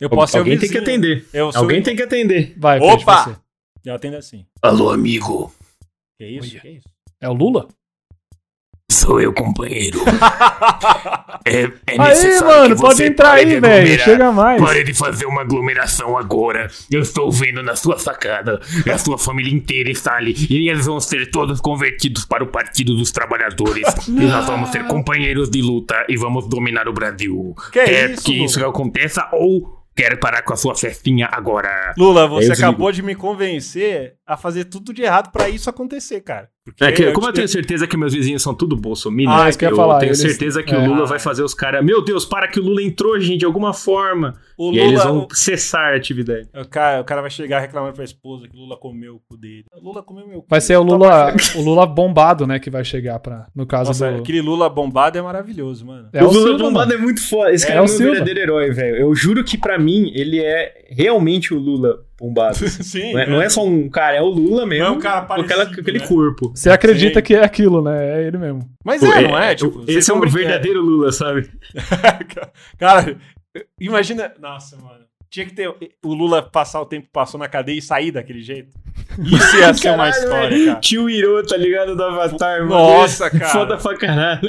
Eu posso ser o
Alguém tem que
vizinho.
atender.
Eu sou
Alguém
o-
tem que atender.
Vai,
Opa!
Fred, você.
Eu atendo assim.
Alô, amigo.
Que isso?
Olha.
Que isso?
É o Lula?
Sou
[LAUGHS]
eu, companheiro. É, é
aí,
necessário
mano,
que
pode
você
entrar
pare de
aí, velho.
aglomerar.
Chega mais.
Pare de fazer uma aglomeração agora. Eu estou vendo na sua sacada. A sua família inteira está ali. E eles vão ser todos convertidos para o Partido dos Trabalhadores. e nós vamos ser companheiros de luta e vamos dominar o Brasil.
Que
É,
Quer
É isso,
que
Lula?
isso aconteça ou quer parar com a sua festinha agora?
Lula, você
eu
acabou de me convencer a fazer tudo de errado pra isso acontecer, cara.
É que,
Eu
como
te-
eu tenho certeza que meus vizinhos são tudo bolsominion,
Ah, isso que eu ia falar,
tenho
eles-
certeza que
é.
o Lula vai fazer os caras. Meu Deus, para que o Lula entrou, gente, de alguma forma.
O
e aí eles vão
Lula,
cessar a atividade.
o, o cara, o cara vai chegar reclamando pra esposa que o Lula comeu o cu dele. O Lula comeu meu cu.
Vai ser o
Toma
Lula, o Lula bombado, né? Que vai chegar pra. No caso
Nossa,
do.
aquele Lula bombado é maravilhoso, mano.
É
o Lula
Silva,
bombado
mano.
é muito foda. Esse
É
cara é,
o
um
Silva.
verdadeiro herói, velho. Eu juro que pra mim ele é realmente o Lula bombado.
[LAUGHS] Sim.
Não é, não é só um cara, é o Lula mesmo.
Não é um cara
com aquela-
parecido,
com aquele
né?
corpo.
Você acredita
Sim.
que é aquilo, né? É ele mesmo.
Mas
Pô,
é, não é? Tipo, vocês
esse é
tão
um
brincando.
verdadeiro Lula, sabe?
[LAUGHS] cara, imagina. Nossa, mano. Tinha que ter o Lula passar o tempo que passou na cadeia e sair daquele jeito. Isso ia ser uma
Caralho,
história,
velho.
cara.
Tio Iro, tá ligado? Do Avatar, mano. [LAUGHS]
Nossa, cara.
Foda pra caralho.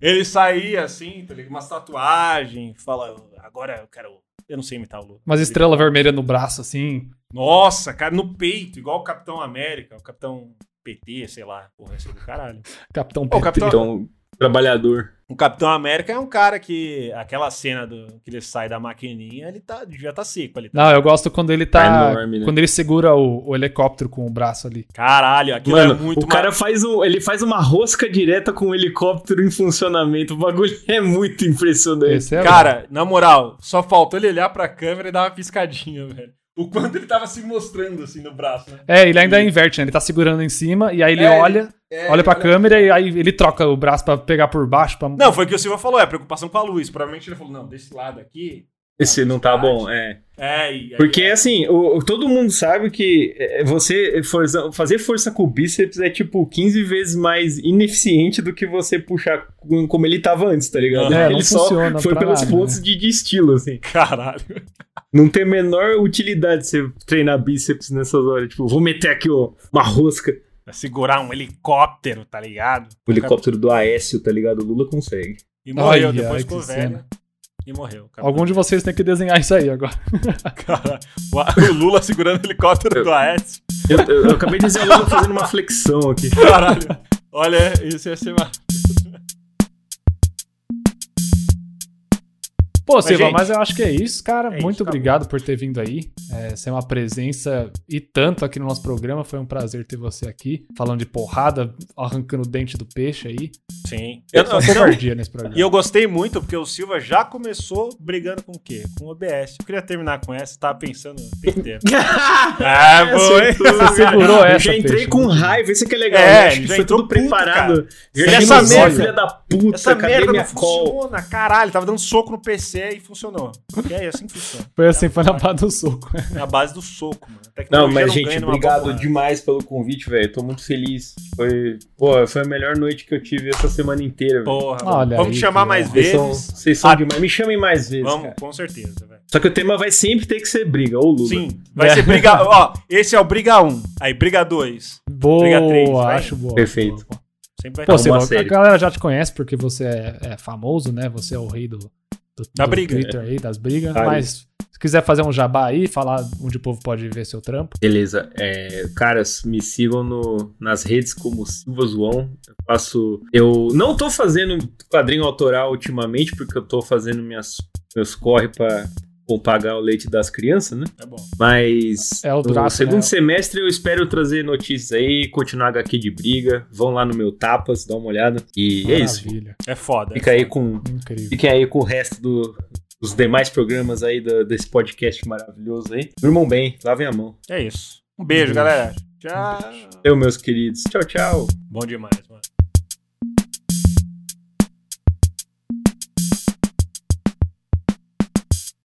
Ele saía assim, tá ligado? Uma tatuagem, fala, agora eu quero. Eu não sei imitar o Lula.
Mas estrela vermelha no braço, assim.
Nossa, cara, no peito, igual o Capitão América, o Capitão PT, sei lá. Porra, esse é do caralho.
Capitão
Ô,
P.
Capitão-
Então, trabalhador.
O Capitão América é um cara que. Aquela cena do, que ele sai da maquininha, ele tá, devia estar tá seco ali.
Não, eu gosto quando ele tá.
Tá enorme, né?
Quando ele segura o, o helicóptero com o braço ali.
Caralho, aquilo
Mano,
é muito
o cara faz um, ele faz uma rosca direta com um helicóptero em funcionamento. O bagulho [LAUGHS] é muito impressionante.
Esse é
Cara, na moral, só faltou ele olhar pra câmera e dar uma piscadinha, velho. O quanto ele tava se mostrando assim no braço, né?
É, ele ainda inverte, né? Ele tá segurando em cima e aí ele
É,
olha,
É,
olha pra
ele-
câmera e aí ele troca o braço pra pegar por baixo. Pra...
Não, foi o que o Silva falou, é preocupação com a luz. Provavelmente ele falou, não, desse lado aqui.
Esse não tá bom, é.
É, e aí,
Porque assim, o- o- todo mundo sabe que é, você força- fazer força com o bíceps é tipo 15 vezes mais ineficiente do que você puxar com- como ele tava antes, tá ligado?
É, não
ele só
funciona
foi
pra
pelos
nada, né?
pontos de destilo, assim.
Caralho.
Não tem a menor utilidade você treinar bíceps nessas horas. Tipo, vou meter aqui ó, uma rosca.
Pra Segurar um helicóptero, tá ligado?
O helicóptero do Aécio, tá ligado? O Lula consegue.
E morreu,
Ai, ai,
depois ficou
que
velho.
cena.
E morreu. Acabou.
Algum de vocês tem que desenhar isso aí agora.
Cara, o A- o Lula segurando o helicóptero do Aécio.
Eu, eu- eu acabei de dizer o Lula fazendo uma flexão [LAUGHS] aqui.
Caralho. Olha, isso ia ser uma...
Pô, Silva,
gente,
mas eu acho que é isso, cara.
é isso,
Muito
tá
obrigado por ter vindo aí. É, ser uma presença e tanto aqui no nosso programa. Foi um prazer ter você aqui, falando de porrada, arrancando o dente do peixe aí.
Sim.
Eu
Eu,
só
não,
covardia nesse programa.
E eu gostei muito porque o Silva já começou brigando com o quê? Com o OBS. Eu queria terminar com essa, tava pensando o tempo inteiro. [LAUGHS] ah, boa, hein?
Acertou, [LAUGHS]
Você
cara.
segurou
eu
essa,
já entrei
Peixe.
com raiva, isso que é legal.
É,
né? Acho que
já
foi
entrou
tudo
puto,
preguiçório.
cara.
Eu
Essa
já
merda-
filha da puta,
Essa
cadê
merda
minha
não
call?
funciona, caralho. Tava dando soco no PC e funcionou. E é assim que funciona.
Foi assim, foi na barra do soco.
Na base do soco, mano. A tecnologia
Não, mas gente,
ganha numa
obrigado um-
boa
demais pelo convite, velho. Tô muito feliz. Foi, pô, foi a melhor noite que eu tive essa semana inteira, velho.
Porra,
Olha
mano. vamos
aí,
te chamar
cara.
mais
Vocês é. são,
vezes.
vocês são
Ah,
demais. Me chamem mais vezes,
Vamos,
cara.
com certeza, velho.
Só que o tema vai sempre ter que ser briga, ou Lula.
Sim, vai
É.
ser [LAUGHS] briga. Ó, esse é o briga 1. Aí, briga 2.
Boa,
três, vai.
acho boa.
Perfeito.
Boa, boa.
Sempre vai ter.
Pô,
um.
Calma,
Silva, a
sério.
galera já te conhece porque você é, é famoso, né? Você é o rei do, do-
Da
do
briga.
Twitter aí, das brigas.
Ah,
mas Se quiser fazer um jabá aí, falar onde o povo pode ver seu trampo.
Beleza. É, caras, me sigam no- nas redes como Silva Zoão. Eu faço. Eu não tô fazendo quadrinho autoral ultimamente, porque eu tô fazendo minas, meus corre pra pra pagar o leite das crianças, né?
É bom.
Mas
É o
no
Draco,
segundo
né?
semestre eu espero trazer notícias aí, continuar HQ de briga. Vão lá no meu Tapas, dá uma olhada. E é isso.
Maravilha.
É foda.
Fica aí com,
Incrível.
Fiquem aí com o resto do- dos demais programas aí do- desse podcast maravilhoso aí. Durmam bem, lavem a mão. Uhum.
É isso. Um beijo, galera. Tchau.
Eu, meus queridos. Tchau, tchau.
Bom demais, mano.